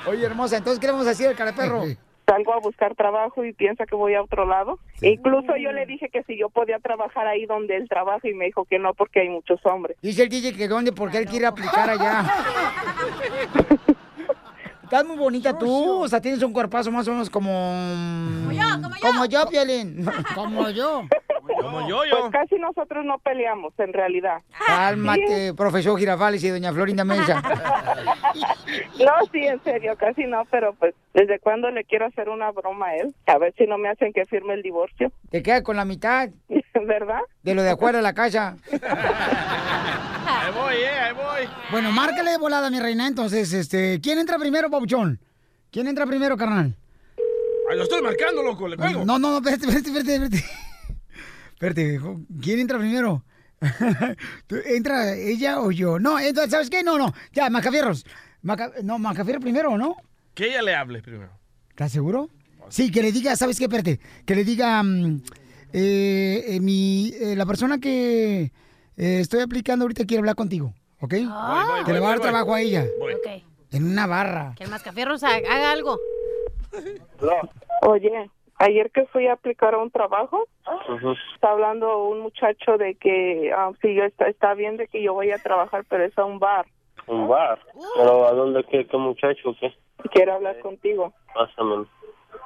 Oye, hermosa, entonces, ¿qué le vamos a decir al cara de perro? Salgo a buscar trabajo y piensa que voy a otro lado. Incluso yo le dije que si yo podía trabajar ahí donde él trabaja y me dijo que no porque hay muchos hombres. Dice el DJ que dónde, porque él quiere aplicar allá. Estás muy bonita tú, o sea, tienes un cuerpazo más o menos como... Como yo, como yo. Como yo, Piolín. como yo. Como yo, Pues casi nosotros no peleamos en realidad. Cálmate, profesor Girafales y doña Florinda Mesa. No, sí, en serio, casi no, pero pues desde cuándo le quiero hacer una broma a él, a ver si no me hacen que firme el divorcio, Te quedas con la mitad ¿verdad? de lo de afuera de la casa. Ahí voy, eh, ahí voy. Bueno, márcale de volada, mi reina, entonces, este... ¿Quién entra primero, Pabuchón? ¿Quién entra primero, carnal? Ay, lo estoy marcando, loco, le cuelgo. No, no, no, espérate, espérate, espérate. Espérate, espérate viejo. ¿quién entra primero? ¿Tú- ¿Entra ella o yo? No, entonces, ¿sabes qué? No, no, ya, Macafierros. Maca- No, Macafierro primero, ¿no? Que ella le hable primero. ¿Estás seguro? Sí, que le diga, ¿sabes qué? Espérate, que le diga mm, eh, eh, mi, eh, la persona que eh, estoy aplicando ahorita quiere hablar contigo, ¿ok? Ah. que le va a dar trabajo a ella. Ok. En una barra. Que el mascafierros ha- haga algo. Oye, ayer que fui a aplicar a un trabajo, Ujú. está hablando un muchacho de que ah, sí, yo está, está bien de que yo voy a trabajar, pero es a un bar. Un bar. pues Pero ¿a dónde qué, qué muchacho o qué? Quiero hablar contigo. Pásame.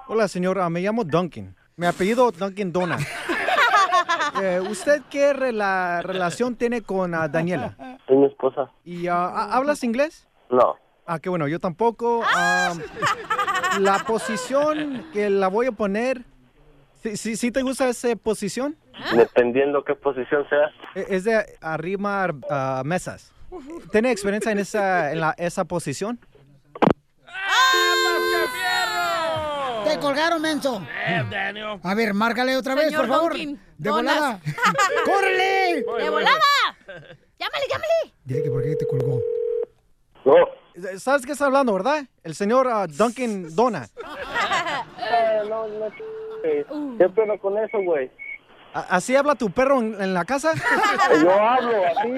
Hola, señora. Me llamo Duncan. Mi apellido Duncan Dona. Eh, ¿Usted qué rela- relación tiene con ah, Daniela? Es mi esposa. ¿Y ah, ah, hablas inglés? No. Ah, qué bueno, yo tampoco. Ah, la posición que la voy a poner, ¿sí, sí, sí te gusta esa posición? ¿Ah? Dependiendo qué posición sea. E- Es de arrimar ah, mesas. ¿Tiene experiencia en esa, en la- esa posición? Te colgaron, menso. Eh, Daniel. A ver, márcale otra vez, Señor por favor. Duncan. ¡De Donas. volada! ¡Córrele! ¡De volada! ¡Llámale, llámale! Dile que por qué te colgó. Eh, ¿Sabes qué está hablando, verdad? El señor ah, Duncan Dona. Eh, no, no, eh, ¿Qué pena con eso, güey? ¿A- ¿Así habla tu perro en, en la casa? Yo hablo así.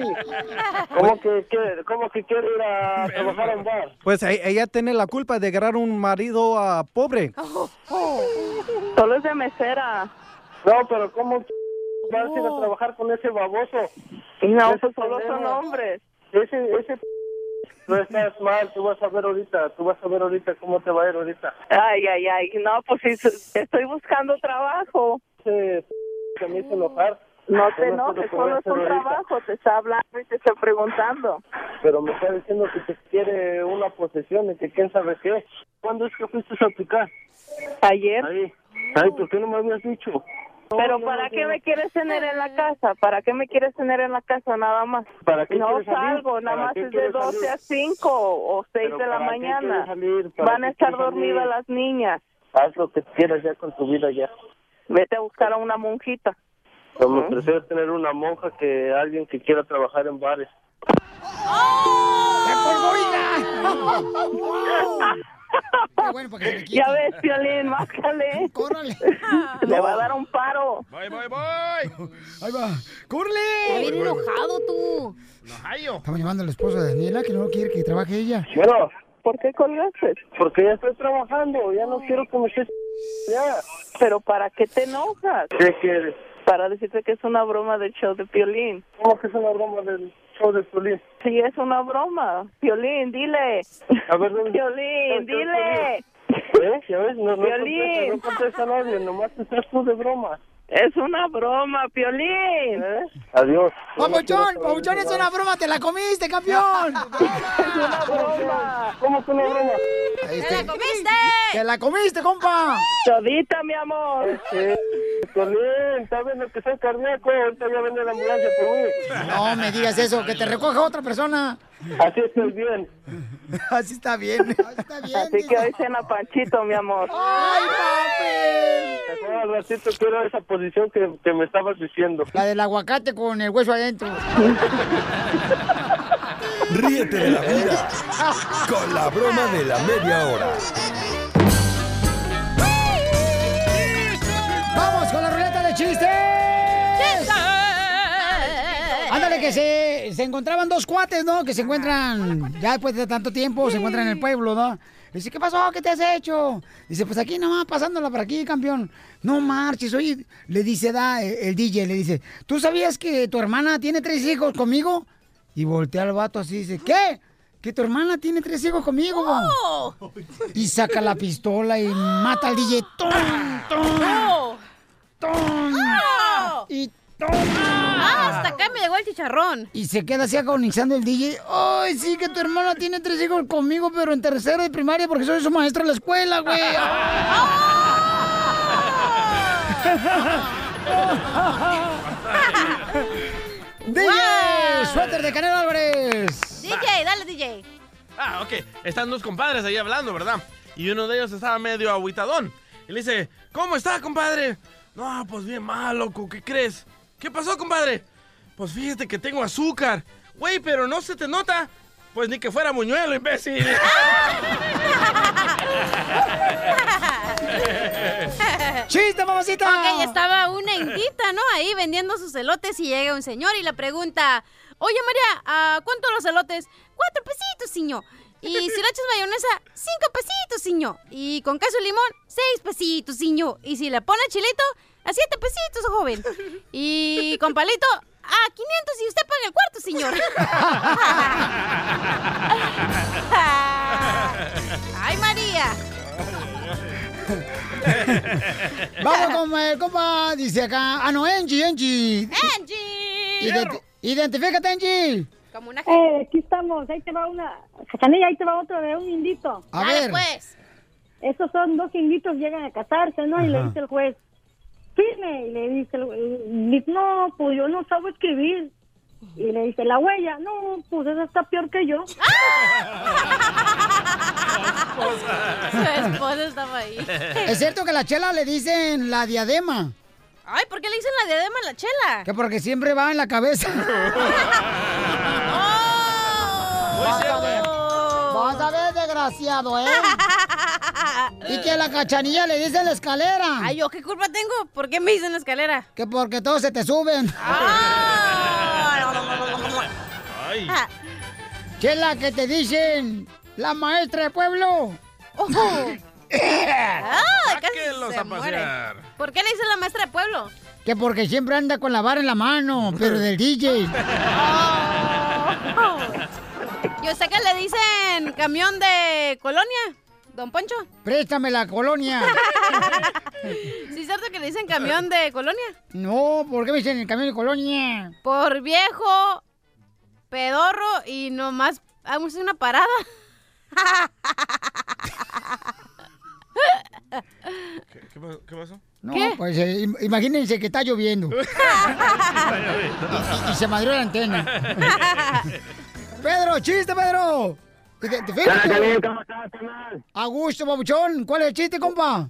¿Cómo que, qué- cómo que quiero ir a trabajar a un bar? Pues e- ella tiene la culpa de agarrar un marido ah, pobre. Solo es de mesera. No, pero ¿cómo ch- vas a ir a trabajar con ese baboso? No, Ese solo son pendejo. hombres. Ese, ese... p- No estás mal, tú vas a ver ahorita, tú vas a ver ahorita cómo te va a ir ahorita. Ay, ay, ay. No, pues sí, su- estoy buscando trabajo. Ese que me hizo enojar. No te Yo sé lo enojes, que voy solo es a hacer un ahorita. trabajo. Te está hablando y te está preguntando. Pero me está diciendo que te quiere una posesión y que quién sabe qué. ¿Cuándo es que fuiste a aplicar? Ayer. Ahí. Ay, ¿por qué no me habías dicho? Pero no, ¿para no, qué no. me quieres tener en la casa? ¿Para qué me quieres tener en la casa nada más? ¿Para qué no quieres salir? salgo, nada ¿Para más qué es de quieres 12 a salir? 5 o 6 Pero de la ¿para qué mañana. quieres salir? ¿Para Van a qué estar quieres salir? dormidas las niñas. Haz lo que quieras ya con tu vida ya. Vete a buscar a una monjita. Como prefiero tener una monja que alguien que quiera trabajar en bares. Ya ves, Piolín, bájale. Córrale. Le va a dar un paro. ¡Voy, voy, voy! ¡Ahí va! ¡Corre! Está bien enojado tú. Estamos llamando al esposo de Daniela que no quiere que trabaje ella. Bueno, ¿por qué colgaste? Porque ya estoy trabajando, ya no quiero que me estés... Ya. Pero ¿para qué te enojas? ¿Qué quieres? Para decirte que es una broma del show de Piolín. ¿Cómo que es una broma del show de Piolín? Sí, es una broma. Piolín, dile. A ver, ¿dónde- Piolín, ¿Qué- qué- dile. ¿Eh? Ya ves, no, no Piolín. contesta, no contesta nadie, nomás estás tú de broma. ¿Eh? Es una broma, Piolín. Adiós. ¡Papuchón! ¡Papuchón es una broma! ¡Te la comiste, campeón! ¡Es una broma! ¿Cómo que una broma? ¡Te la comiste! ¡Te la comiste, compa! ¡Todita, mi amor! Piolín, Este, ¿sabes lo que soy cardíaco? Ahorita voy a venir la ambulancia por mí. No me digas eso, que te recoja otra persona. Así estoy bien. Así está bien. Así que hoy cena Panchito, mi amor. ¡Ay, papi! Mejor al ratito quiero esa posición que, que me estabas diciendo. La del aguacate con el hueso adentro. Ríete de la vida con la broma de la media hora. ¡Vamos con la ruleta de chistes! Ándale, que se, se encontraban dos cuates, ¿no? Que se encuentran ya después de tanto tiempo, se encuentran en el pueblo, ¿no? Dice, ¿qué pasó? ¿Qué te has hecho? Dice, pues aquí nomás, pasándola por aquí, campeón. No marches, oye, le dice da, eh, el, el DJ, le dice, ¿tú sabías que tu hermana tiene tres hijos conmigo? Y voltea al vato así, dice, ¿qué? Que tu hermana tiene tres hijos conmigo. Y saca la pistola y mata al DJ. ¡Tum, tum! ¡Tum! Y Ah, hasta acá me llegó el chicharrón. Y se queda así agonizando el DJ. Ay, sí, que tu hermana tiene tres hijos conmigo, pero en tercero de primaria porque soy su maestra en la escuela, güey. DJ, Wow. suéter de Canelo Álvarez. DJ, dale, DJ. Ah, ok. Están dos compadres ahí hablando, ¿verdad? Y uno de ellos estaba medio aguitadón. Y le dice, ¿cómo está, compadre? No, pues bien mal, loco, ¿qué crees? ¿Qué pasó, compadre? Pues fíjate que tengo azúcar. Güey, pero no se te nota. Pues ni que fuera muñuelo, imbécil. ¡Chiste, mamacita! Ok, estaba una indita, ¿no? Ahí vendiendo sus elotes y llega un señor y le pregunta, oye María, ¿a ¿cuánto los elotes? Cuatro pesitos, señor. Y si le echas mayonesa, cinco pesitos, señor. Y con queso y limón, seis pesitos, señor. Y si le pone chilito, a siete pesitos, joven. Y con palito, a 500 y usted paga el cuarto, señor. ¡Ay, María! Vamos con el compa, dice acá. Ah, no, Angie, Angie. ¡Angie! Ident- identifícate, Angie. Como una Eh, aquí estamos, ahí te va una. Cachanilla, ahí te va otro de un indito. A Dale, ver. pues. Estos son dos inditos, llegan a casarse, ¿no? Y le Ajá. dice el juez, firme. Y le dice el juez, no, pues yo no sabo escribir. Y le dice la huella, no, pues esa está peor que yo. Su esposa estaba ahí. Es cierto que a la chela le dicen la diadema. Ay, ¿por qué le dicen la diadema a la chela? Que porque siempre va en la cabeza. Vas a ver, vas a ver, desgraciado, ¿eh? Y que a la cachanilla le dicen la escalera. Ay, ¿yo qué culpa tengo? ¿Por qué me dicen la escalera? Que porque todos se te suben. Ah. Ay. Chela, que te dicen la maestra de pueblo. ¡Ah! Casi Sáquenlos se a muere. pasear. ¿Por qué le dicen la maestra de pueblo? Que porque siempre anda con la vara en la mano, pero del DJ. Yo sé que le dicen camión de colonia, don Poncho. Préstame la colonia. ¿Sí es cierto que le dicen camión de colonia? No, ¿por qué me dicen el camión de colonia? Por viejo, pedorro y nomás hagamos una parada. ¿Qué, qué pasó? ¿Qué pasó? No, pues eh, im- imagínense que está lloviendo. y se madrió la antena. Pedro, chiste, Pedro. ¿Te, te fijas? Hola, Piolín, ¿cómo A gusto, babuchón. ¿Cuál es el chiste, compa?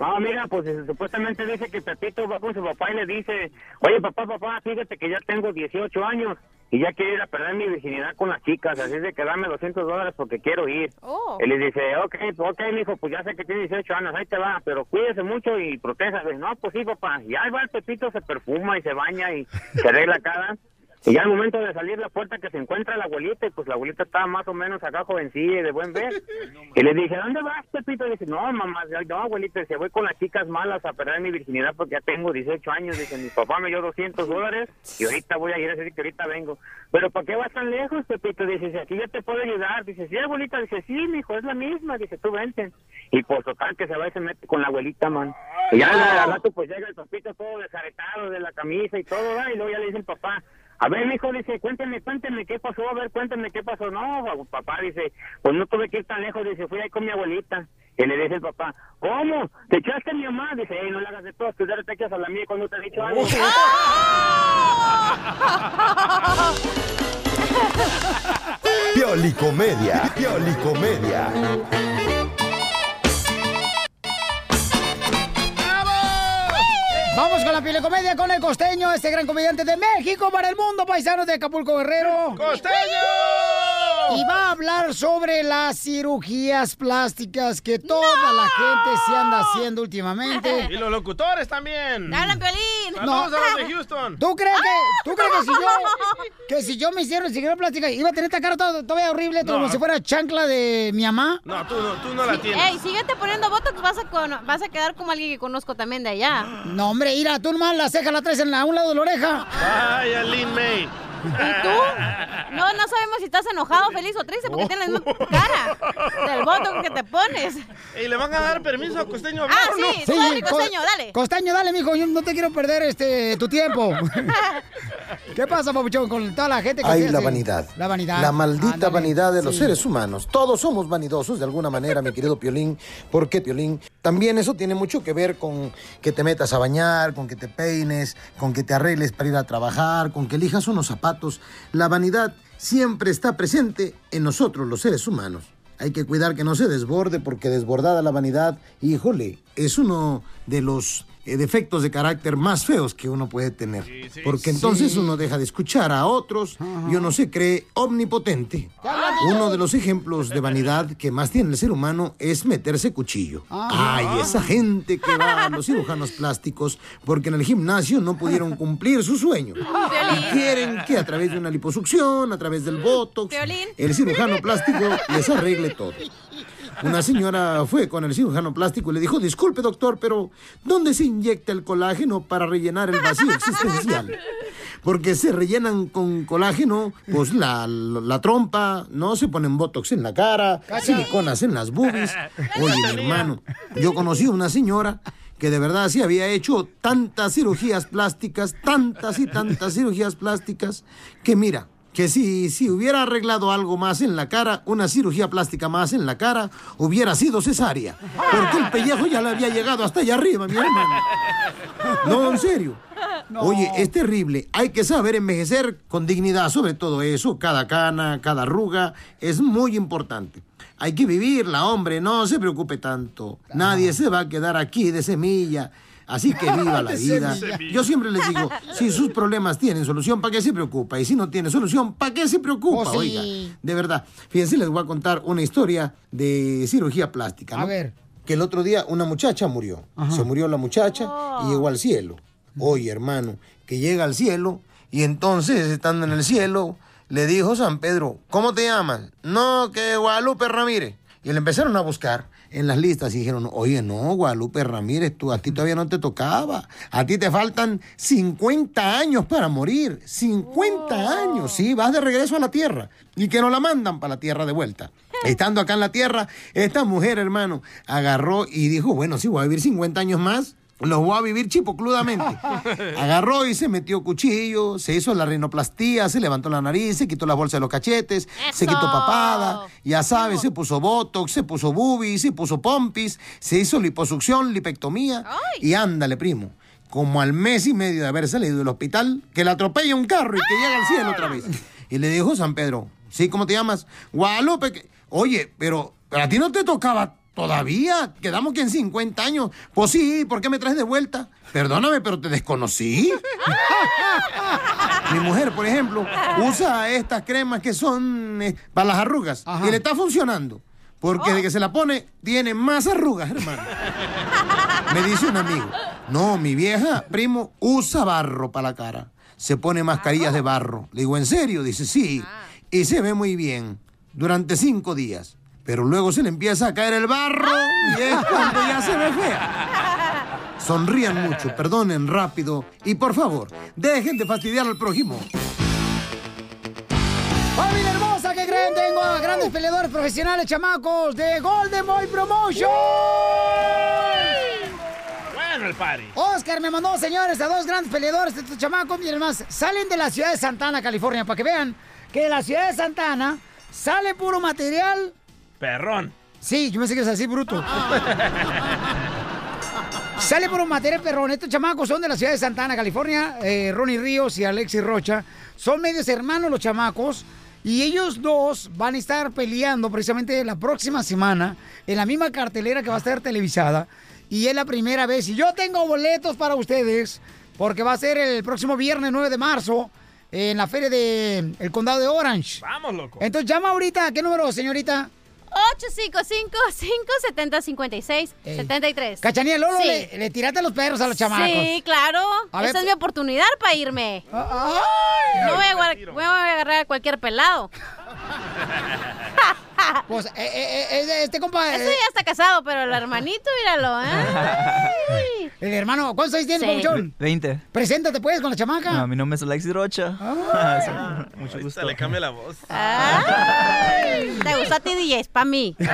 Ah, mira, pues eh, supuestamente dice que Pepito va con su papá y le dice, oye papá, papá, fíjate que ya tengo 18 años y ya quiero ir a perder mi virginidad con las chicas, así es de que dame 200 dólares porque quiero ir. Oh. Él le dice, ok, pues, ok, mijo, pues ya sé que tiene 18 años, ahí te va, pero cuídese mucho y protéjase. No, pues sí, papá. Y ahí va el Pepito, se perfuma y se baña y se arregla cara. Y ya al momento de salir la puerta que se encuentra la abuelita, y pues la abuelita estaba más o menos acá jovencilla y de buen ver. Y le dije, ¿dónde vas, Pepito? dice, no, mamá, no, abuelita, dice, voy con las chicas malas a perder mi virginidad porque ya tengo 18 años. Dice, mi papá me dio 200 dólares y ahorita voy a ir, así que ahorita vengo. Pero ¿para qué vas tan lejos, Pepito? Dice, si aquí yo te puedo ayudar. Dice, sí, abuelita. Dice, sí, mijo, es la misma. Dice, tú vente. Y pues total que se va y se mete con la abuelita, man. Y ya la- al rato pues llega el papito todo desaretado de la camisa y todo, ¿verdad? y luego ya le dice el papá, a ver, mijo, dice, cuéntame, cuéntame qué pasó, a ver, cuéntame qué pasó. No, abu- papá, dice, pues no tuve que ir tan lejos, dice, fui ahí con mi abuelita. Y le dice el papá, ¿cómo? ¿Te echaste a mi mamá? Dice, "Ey, no le hagas de todo, tú ya te echas a la mía cuando te he dicho algo. Piolicomedia, piolicomedia. Vamos con la pilecomedia con el costeño, este gran comediante de México para el mundo, paisanos de Acapulco Guerrero. ¡Costeño! Y va a hablar sobre las cirugías plásticas que toda la gente se anda haciendo últimamente. Y los locutores también. ¡Hablan, Piolín! Saludos a los de Houston. ¿Tú crees que, tú crees que si yo, que si yo me hicieron cirugía plástica iba a tener esta cara todo- todavía horrible, todo No. como si fuera chancla de mi mamá? No, tú no, tú no la tienes. Ey, síguete poniendo botox, vas a, con- vas a quedar como alguien que conozco también de allá. No, hombre, mira, tú nomás la ceja la traes en la- a un lado de la oreja. Vaya, Lin May. ¿Y tú? No, no sabemos si estás enojado, feliz o triste Oh. porque tienes la misma cara del botox que te pones. ¿Y le van a dar permiso a Costeño a hablar Ah, o no? sí, tú dale, Costeño, dale. Costeño, dale, mijo, yo no te quiero perder este tu tiempo. ¿Qué pasa, papuchón, con toda la gente que Ay, se la hace- vanidad. La vanidad. La maldita Ándale, vanidad de los sí. seres humanos. Todos somos vanidosos de alguna manera, mi querido Piolín. ¿Por qué, Piolín? También eso tiene mucho que ver con que te metas a bañar, con que te peines, con que te arregles para ir a trabajar, con que elijas unos zapatos. La vanidad siempre está presente en nosotros, los seres humanos. Hay que cuidar que no se desborde, porque desbordada la vanidad, híjole, es uno de los eh, defectos de carácter más feos que uno puede tener. porque entonces Sí. uno deja de escuchar a otros y uno se cree omnipotente. Uno de los ejemplos de vanidad que más tiene el ser humano es meterse cuchillo. Ay, esa gente que va a los cirujanos plásticos porque en el gimnasio no pudieron cumplir su sueño. Y quieren que a través de una liposucción, a través del botox, Piolín. el cirujano plástico les arregle todo. Una señora fue con el cirujano plástico y le dijo, disculpe doctor, pero ¿dónde se inyecta el colágeno para rellenar el vacío existencial? Porque se rellenan con colágeno, pues la, la trompa, ¿no? Se ponen botox en la cara, siliconas en las boobies. Oye, mi hermano, yo conocí a una señora que de verdad sí había hecho tantas cirugías plásticas, tantas y tantas cirugías plásticas, que mira, que si, si hubiera arreglado algo más en la cara, una cirugía plástica más en la cara, hubiera sido cesárea, porque el pellejo ya le había llegado hasta allá arriba, mi hermano. No, en serio. Oye, es este terrible. Hay que saber envejecer con dignidad, sobre todo eso. Cada cana, cada arruga, es muy importante. Hay que vivirla, hombre, no se preocupe tanto. Nadie se va a quedar aquí de semilla. Así que viva la vida. Yo siempre les digo, si sus problemas tienen solución, ¿para qué se preocupa? Y si no tiene solución, ¿para qué se preocupa? Oh, sí. Oiga, de verdad. Fíjense, les voy a contar una historia de cirugía plástica. A ver. Que el otro día una muchacha murió. Se murió la muchacha y llegó al cielo. Oye, hermano, que llega al cielo y entonces, estando en el cielo, le dijo San Pedro, ¿cómo te llamas? No, que Guadalupe Ramírez. Y le empezaron a buscar en las listas y dijeron, oye, no, Guadalupe Ramírez, tú, a ti todavía no te tocaba. A ti te faltan 50 años para morir. 50 años, sí, vas de regreso a la tierra. Y que no la mandan para la tierra de vuelta. Estando acá en la tierra, esta mujer, hermano, agarró y dijo, bueno, sí, voy a vivir 50 años más. Los voy a vivir chipocludamente. Agarró y se metió cuchillo, se hizo la rinoplastía, se levantó la nariz, se quitó la bolsa de los cachetes, se quitó papada, ya sabes, se puso botox, se puso boobies, se puso pompis, se hizo liposucción, lipectomía y ándale, primo. Como al mes y medio de haber salido del hospital, que le atropella un carro y que llega al cielo otra vez. Y le dijo San Pedro, ¿sí? ¿Cómo te llamas? Guadalupe. que- Oye, pero, pero a ti no te tocaba todavía. Quedamos que en 50 años. Pues sí, ¿por qué me traes de vuelta? Perdóname, pero te desconocí. Mi mujer, por ejemplo, usa estas cremas que son eh, para las arrugas. Y le está funcionando. Porque desde que se la pone, tiene más arrugas, hermano. Me dice un amigo, no, mi vieja, primo, usa barro para la cara. Se pone mascarillas de barro. Le digo, ¿en serio? Dice, sí. Y se ve muy bien durante cinco días. Pero luego se le empieza a caer el barro y es cuando ya se ve fea. Sonrían mucho, perdonen rápido y por favor, dejen de fastidiar al prójimo. ¡Familia hermosa! ¿Qué creen? Tengo a grandes peleadores profesionales, chamacos, de Golden Boy Promotion. Bueno, el party. Oscar me mandó, señores, a dos grandes peleadores de estos chamacos. Miren más, salen de la ciudad de Santana, California, para que vean que de la ciudad de Santana sale puro material. Perrón. Sí, yo pensé que es así, bruto. Ah. Sale por un material perrón. Estos chamacos son de la ciudad de Santana, California. Eh, Ronnie Ríos y Alexis Rocha. Son medios hermanos los chamacos. Y ellos dos van a estar peleando precisamente la próxima semana en la misma cartelera que va a estar televisada. Y es la primera vez. Y yo tengo boletos para ustedes porque va a ser el próximo viernes 9 de marzo en la feria del el condado de Orange. Vamos, loco. Entonces llama ahorita. ¿A ¿Qué número, señorita? 855-570-5673. Cachanía, Lolo, Sí. le, le tiraste los perros a los chamacos. Sí, claro. A ver, Ah, Esa es mi oportunidad para irme. ay. no voy a, guar- voy a agarrar a cualquier pelado. pues, este compa. Este ya está casado, pero el hermanito, míralo, ¿eh? El hermano, ¿cuántos años tienes, Pabuchón? 20. Preséntate, pues, con la chamaca. No, mi nombre es Alexis Rocha. Sí, Mucho gusto. Le cambia la voz. Ah. Ay, Te gustó a ti, DJ, es para mí.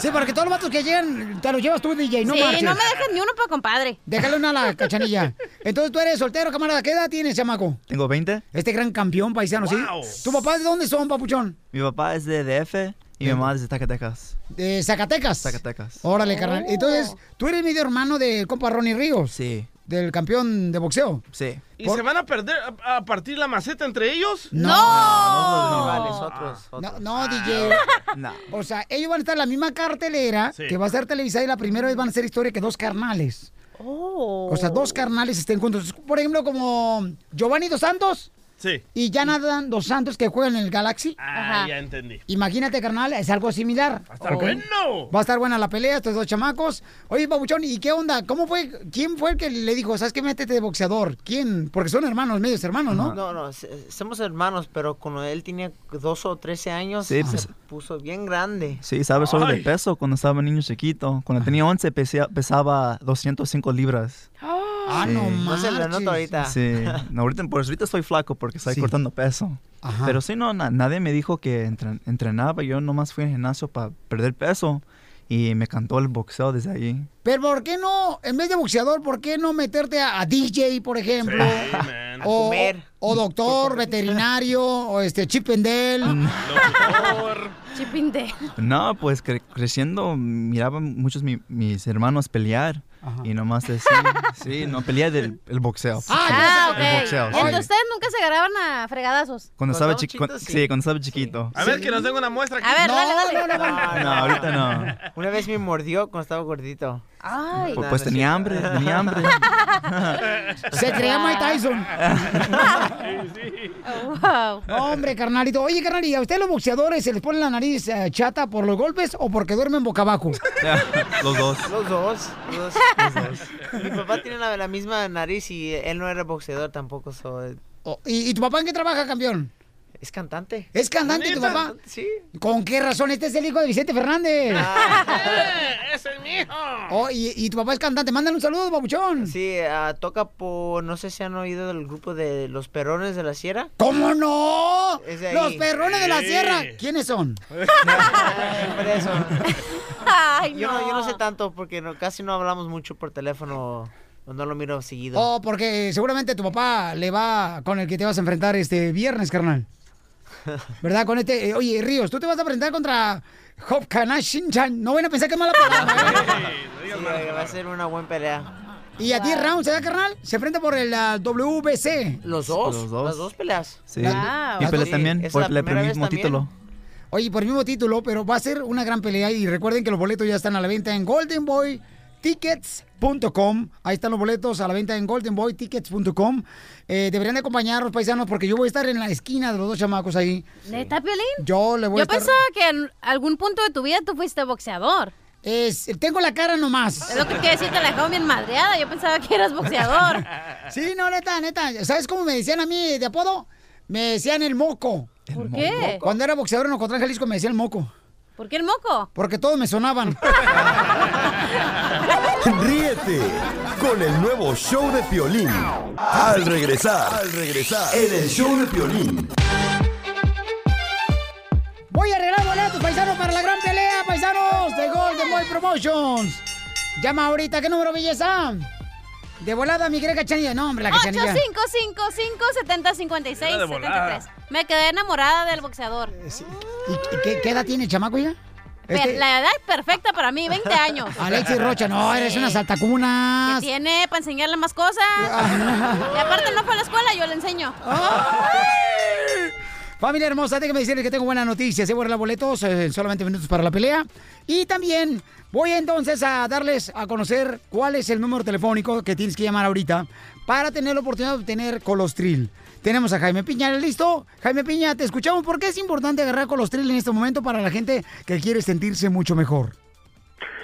Sí, porque todos los vatos que llegan, te los llevas tú, DJ, no sí, marches. no me dejan ni uno para compadre. Déjale una a la cachanilla. Entonces, tú eres soltero, camarada. ¿Qué edad tienes, chamaco? Tengo 20. Este gran campeón paisano, ¿sí? ¿Tu papá de dónde son, papuchón? Mi papá es de DF y mi mamá es de Zacatecas. ¿De Zacatecas? Zacatecas. Órale, carnal. Oh. Entonces, tú eres medio hermano del compa Ronnie Ríos. Sí. Del campeón de boxeo. Sí. ¿Y se van a perder a, a partir la maceta entre ellos? No. No, no, no, otros, No, Ah, no, DJ. O sea, ellos van a estar en la misma cartelera Sí. que va a ser televisada y la primera vez van a ser historia que dos carnales. O sea, dos carnales estén juntos. Por ejemplo, como Giovanni Dos Santos Sí. y Jonathan Dos Santos que juegan en el Galaxy. Ah, ya entendí. Imagínate, carnal, es algo similar. Va a estar bueno. Va a estar buena la pelea, estos dos chamacos. Oye, Babuchón, ¿y qué onda? ¿Cómo fue? ¿Quién fue el que le dijo, sabes qué, métete de boxeador? ¿Quién? Porque son hermanos, medios hermanos, ¿no? No, no, se- somos hermanos, pero cuando él tenía 12 o 13 años, Sí, se pues- puso bien grande. Sí, sabe solo de Ay. peso cuando estaba niño chiquito. Cuando tenía 11 pesía- pesaba 205 libras. Ah, Sí. No se le nota ahorita. Sí, no, ahorita, por eso ahorita estoy flaco porque estoy cortando peso. Ajá. Pero sí, no, na- nadie me dijo que entren- entrenaba. Yo nomás fui al gimnasio para perder peso y me cantó el boxeo desde allí. Pero ¿por qué no, en vez de boxeador, por qué no meterte a, a DJ, por ejemplo? o, comer. o doctor, veterinario, o este Chipendel. Chipindel. No, pues cre- creciendo miraba muchos mi- mis hermanos pelear y nomás decía, sí, no, pelea del el boxeo. Ah, El ok. boxeo, sí. Entonces ustedes nunca se agarraban a fregadazos. Cuando estaba chiqui- cuan- sí, cuando estaba chiquito. A ver, que nos den una muestra aquí. A ver, dale, dale. Ah, No, ahorita no. Una vez me mordió cuando estaba gordito. Ay. Pues, pues tenía hambre, tenía hambre. Se crea Mike Tyson. Wow. Hombre, carnalito. Oye, carnal, ¿y a usted los boxeadores se les pone la nariz eh, chata por los golpes o porque duermen boca abajo? Los dos. Los dos, los dos, los dos. Mi papá tiene la, la misma nariz y él no era boxeador tampoco. so, eh, Oh, ¿Y, y tu papá en qué trabaja, campeón? es cantante. ¿Es cantante tu ¿Neta? Ah, papá? Sí. ¿Con qué razón? Este es el hijo de Vicente Fernández. Ah. Eh, ¡Ese es mi hijo! Oh, y, y tu papá es cantante. Mándale un saludo, babuchón. Sí, ah, toca por, no sé si han oído del grupo de Los Perrones de la Sierra. ¿Cómo no? Es de ahí. Los perrones de la Sí. sierra. ¿Quiénes son? Por eso. Ay, yo, no. yo no sé tanto porque no- casi no hablamos mucho por teléfono. o No lo miro seguido. Oh, porque seguramente tu papá le va con el que te vas a enfrentar este viernes, carnal. ¿Verdad? Con este. eh, oye, Ríos, tú te vas a enfrentar contra Hop Shin-chan. No van a pensar que es mala palabra. ¿eh? Sí, va a ser una buena pelea. Y a 10 rounds, ¿verdad, carnal? Se enfrenta por el ah, WBC. Los dos, Los dos. las dos peleas. Sí. Las- Y las peleé dos. también por, peleé por el mismo título. Oye, por el mismo título, pero va a ser una gran pelea y recuerden que los boletos ya están a la venta en goldenboytickets.com. Ahí están los boletos a la venta en goldenboytickets.com. Eh, deberían de acompañar los paisanos porque yo voy a estar en la esquina de los dos chamacos ahí. ¿Neta, Piolín? Yo le voy Yo a estar... pensaba que en algún punto de tu vida tú fuiste boxeador. Es, tengo la cara nomás. Es lo que quiere decir, te la dejaron bien madreada. Yo pensaba Ah, que eras boxeador. Sí, no, neta, neta. ¿Sabes cómo me decían a mí de apodo? Me decían el moco. ¿Por qué? Cuando era boxeador en Ocotlán, Jalisco, me decían el moco. ¿Por qué el moco? Porque todos me sonaban. Ríete con el nuevo show de Piolín. Al regresar, al regresar, en el show de Piolín. Voy a arreglar boletos, paisanos, para la gran pelea, paisanos, de Golden Boy Promotions. Llama ahorita, ¿qué número, belleza? De volada, mi querida cachanilla. No, hombre, la cachanilla. 8555 Era de volada. 7056 Me quedé enamorada del boxeador. ¿Y qué- qué, qué edad tiene el chamaco ya? Pe- Eh, Este- La edad perfecta para mí, 20 años. Alexis Rocha, no, eres una Que saltacunas. tiene para enseñarle más cosas. Ah. y aparte no fue a la escuela, yo le enseño. Familia hermosa, déjame decirles que tengo buena noticia. Se borran los boletos, eh, solamente minutos para la pelea. Y también voy entonces a darles a conocer cuál es el número telefónico que tienes que llamar ahorita para tener la oportunidad de obtener colostril. Tenemos a Jaime Piña, ¿listo? Jaime Piña, te escuchamos. ¿Por qué es importante agarrar colostril en este momento para la gente que quiere sentirse mucho mejor?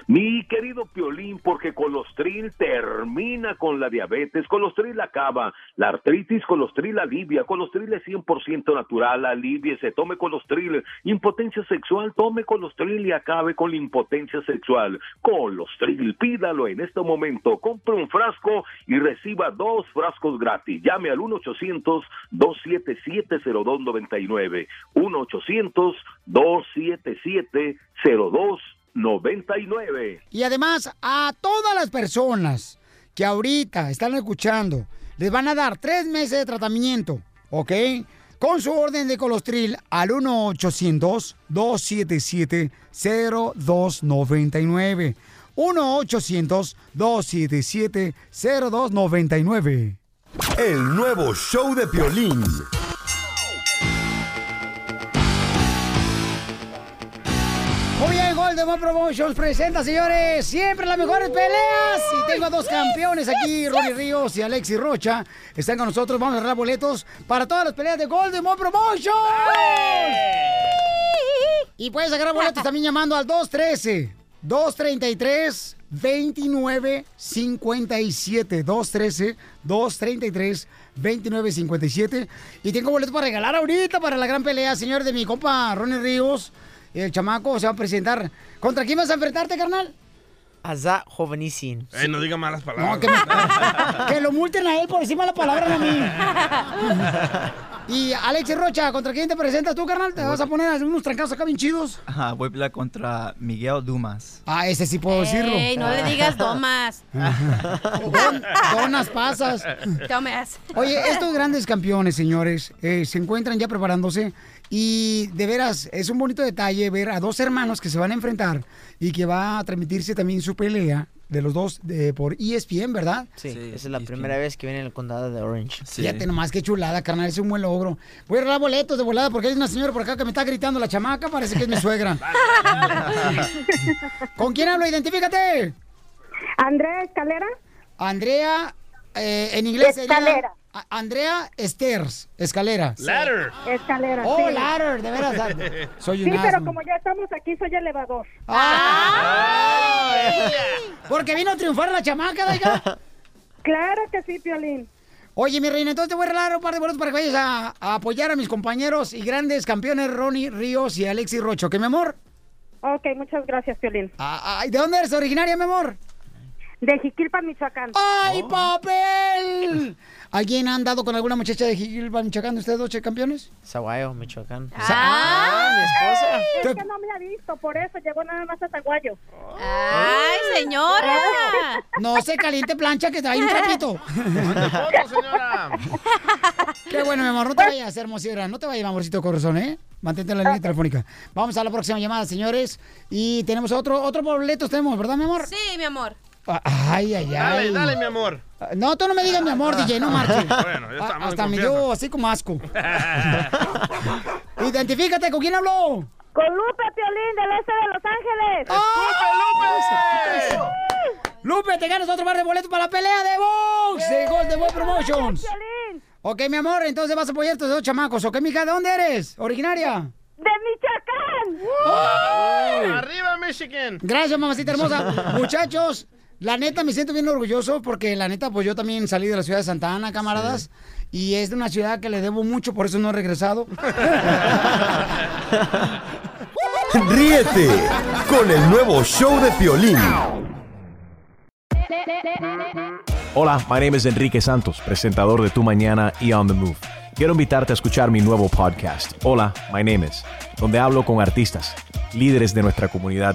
Mi querido Piolín, porque Colostril termina con la diabetes, Colostril acaba la artritis, Colostril alivia, Colostril es 100% natural, alivia, se tome Colostril, impotencia sexual, tome Colostril y acabe con la impotencia sexual. Colostril, pídalo en este momento, compre un frasco y reciba dos frascos gratis. Llame al 1-800-277-0299, 1-800-277-0299. 99. Y además, a todas las personas que ahorita están escuchando, les van a dar tres meses de tratamiento, ¿ok? Con su orden de colostril al 1-800-277-0299. 1-800-277-0299. El nuevo show de Piolín. Muy bien, Golden One Promotions presenta, señores, siempre las mejores peleas. Y tengo a dos campeones aquí, Ronnie Ríos y Alexis Rocha. Están con nosotros, vamos a agarrar boletos para todas las peleas de Golden One Promotions. Y puedes agarrar boletos también llamando al 213 233 2957 213 233 2957 y tengo boletos para regalar ahorita para la gran pelea, señor de mi compa Ronnie Ríos. El chamaco se va a presentar. ¿Contra quién vas a enfrentarte, carnal? Azá jovenísimo. Eh, no diga malas palabras. Que lo multen a él por encima de la palabra no a mí. Y Alex Rocha, ¿contra quién te presentas tú, carnal? Te vas a poner unos trancazos acá bien chidos. Ajá, voy a pelear contra Miguel Dumas. Ah, ese sí puedo decirlo. Ey, no le digas tomas. Donas pasas. Tomas. Oye, estos grandes campeones, señores, eh, se encuentran ya preparándose y de veras es un bonito detalle ver a dos hermanos que se van a enfrentar y que va a transmitirse también su pelea de los dos de- por E ESPN, ¿verdad? Sí, esa es la primera vez que viene en el condado de Orange. Fíjate nomás qué chulada, carnal, es un buen logro. Voy a regalar boletos de volada porque hay una señora por acá que me está gritando la chamaca, parece que es mi suegra. ¿Con quién hablo? Identifícate. Andrea Escalera. Andrea, eh, en inglés se llama- Escalera. A- Andrea Stairs, escalera. Ladder. Escalera. Oh, sí. ladder, de veras. Soy Sí, un pero asno. como ya estamos aquí, soy elevador. Ah. Porque vino a triunfar la chamaca, oiga. Claro que sí, Piolín. Oye, mi reina, entonces te voy a regalar un par de boletos para que vayas a, a apoyar a mis compañeros y grandes campeones Ronnie Ríos y Alexis Rocho. ¿Qué, mi amor? Ah, Ok, muchas gracias, Piolín. Ay, ¿De dónde eres originaria, mi amor? De Jiquilpan, Michoacán. ¡Ay, papel! ¿Alguien ha andado con alguna muchacha de Gilban, Michoacán, ustedes dos che, campeones? Zaguayo, Michoacán. Ah, Ah, Ay, Te- Es que no me ha visto, por eso llegó nada más a Taguayo. ¡Ay, señora! No se caliente plancha que trae un trapito. Qué bueno, mi amor, no te vayas, hermosura. No te vayas, mi amorcito corazón, ¿eh? Mantente en la línea telefónica. Vamos a la próxima llamada, señores. Y tenemos otro, otro boletos tenemos, ¿verdad, mi amor? Sí, mi amor. Ah, Ay, ay, ay. Dale, dale, mi amor. No, tú no me digas mi amor, DJ, no marches. Bueno, ya estamos en Ah, Hasta me confianza. dio así como asco. Identifícate, ¿con quién habló? Con Lupe Piolín del este de Los Ángeles. ¡Lupe, ¡Ah! Lupe! Lupe, te ganas otro par de boletos para la pelea de box de Gol de Boy Promotions. Ok, mi amor, entonces vas a apoyar a estos dos chamacos. Ok, mija, ¿de dónde eres? ¿Originaria? ¡De Michoacán! ¡Arriba, Michigan! Gracias, mamacita hermosa. Muchachos, la neta me siento bien orgulloso porque la neta, pues yo también salí de la ciudad de Santa Ana, camaradas. Y es de una ciudad que le debo mucho, por eso no he regresado. Ríete con el nuevo show de Piolín. Hola, my name is Enrique Santos, presentador de Tu Mañana y On the Move. Quiero invitarte a escuchar mi nuevo podcast, Hola, my name is, donde hablo con artistas, líderes de nuestra comunidad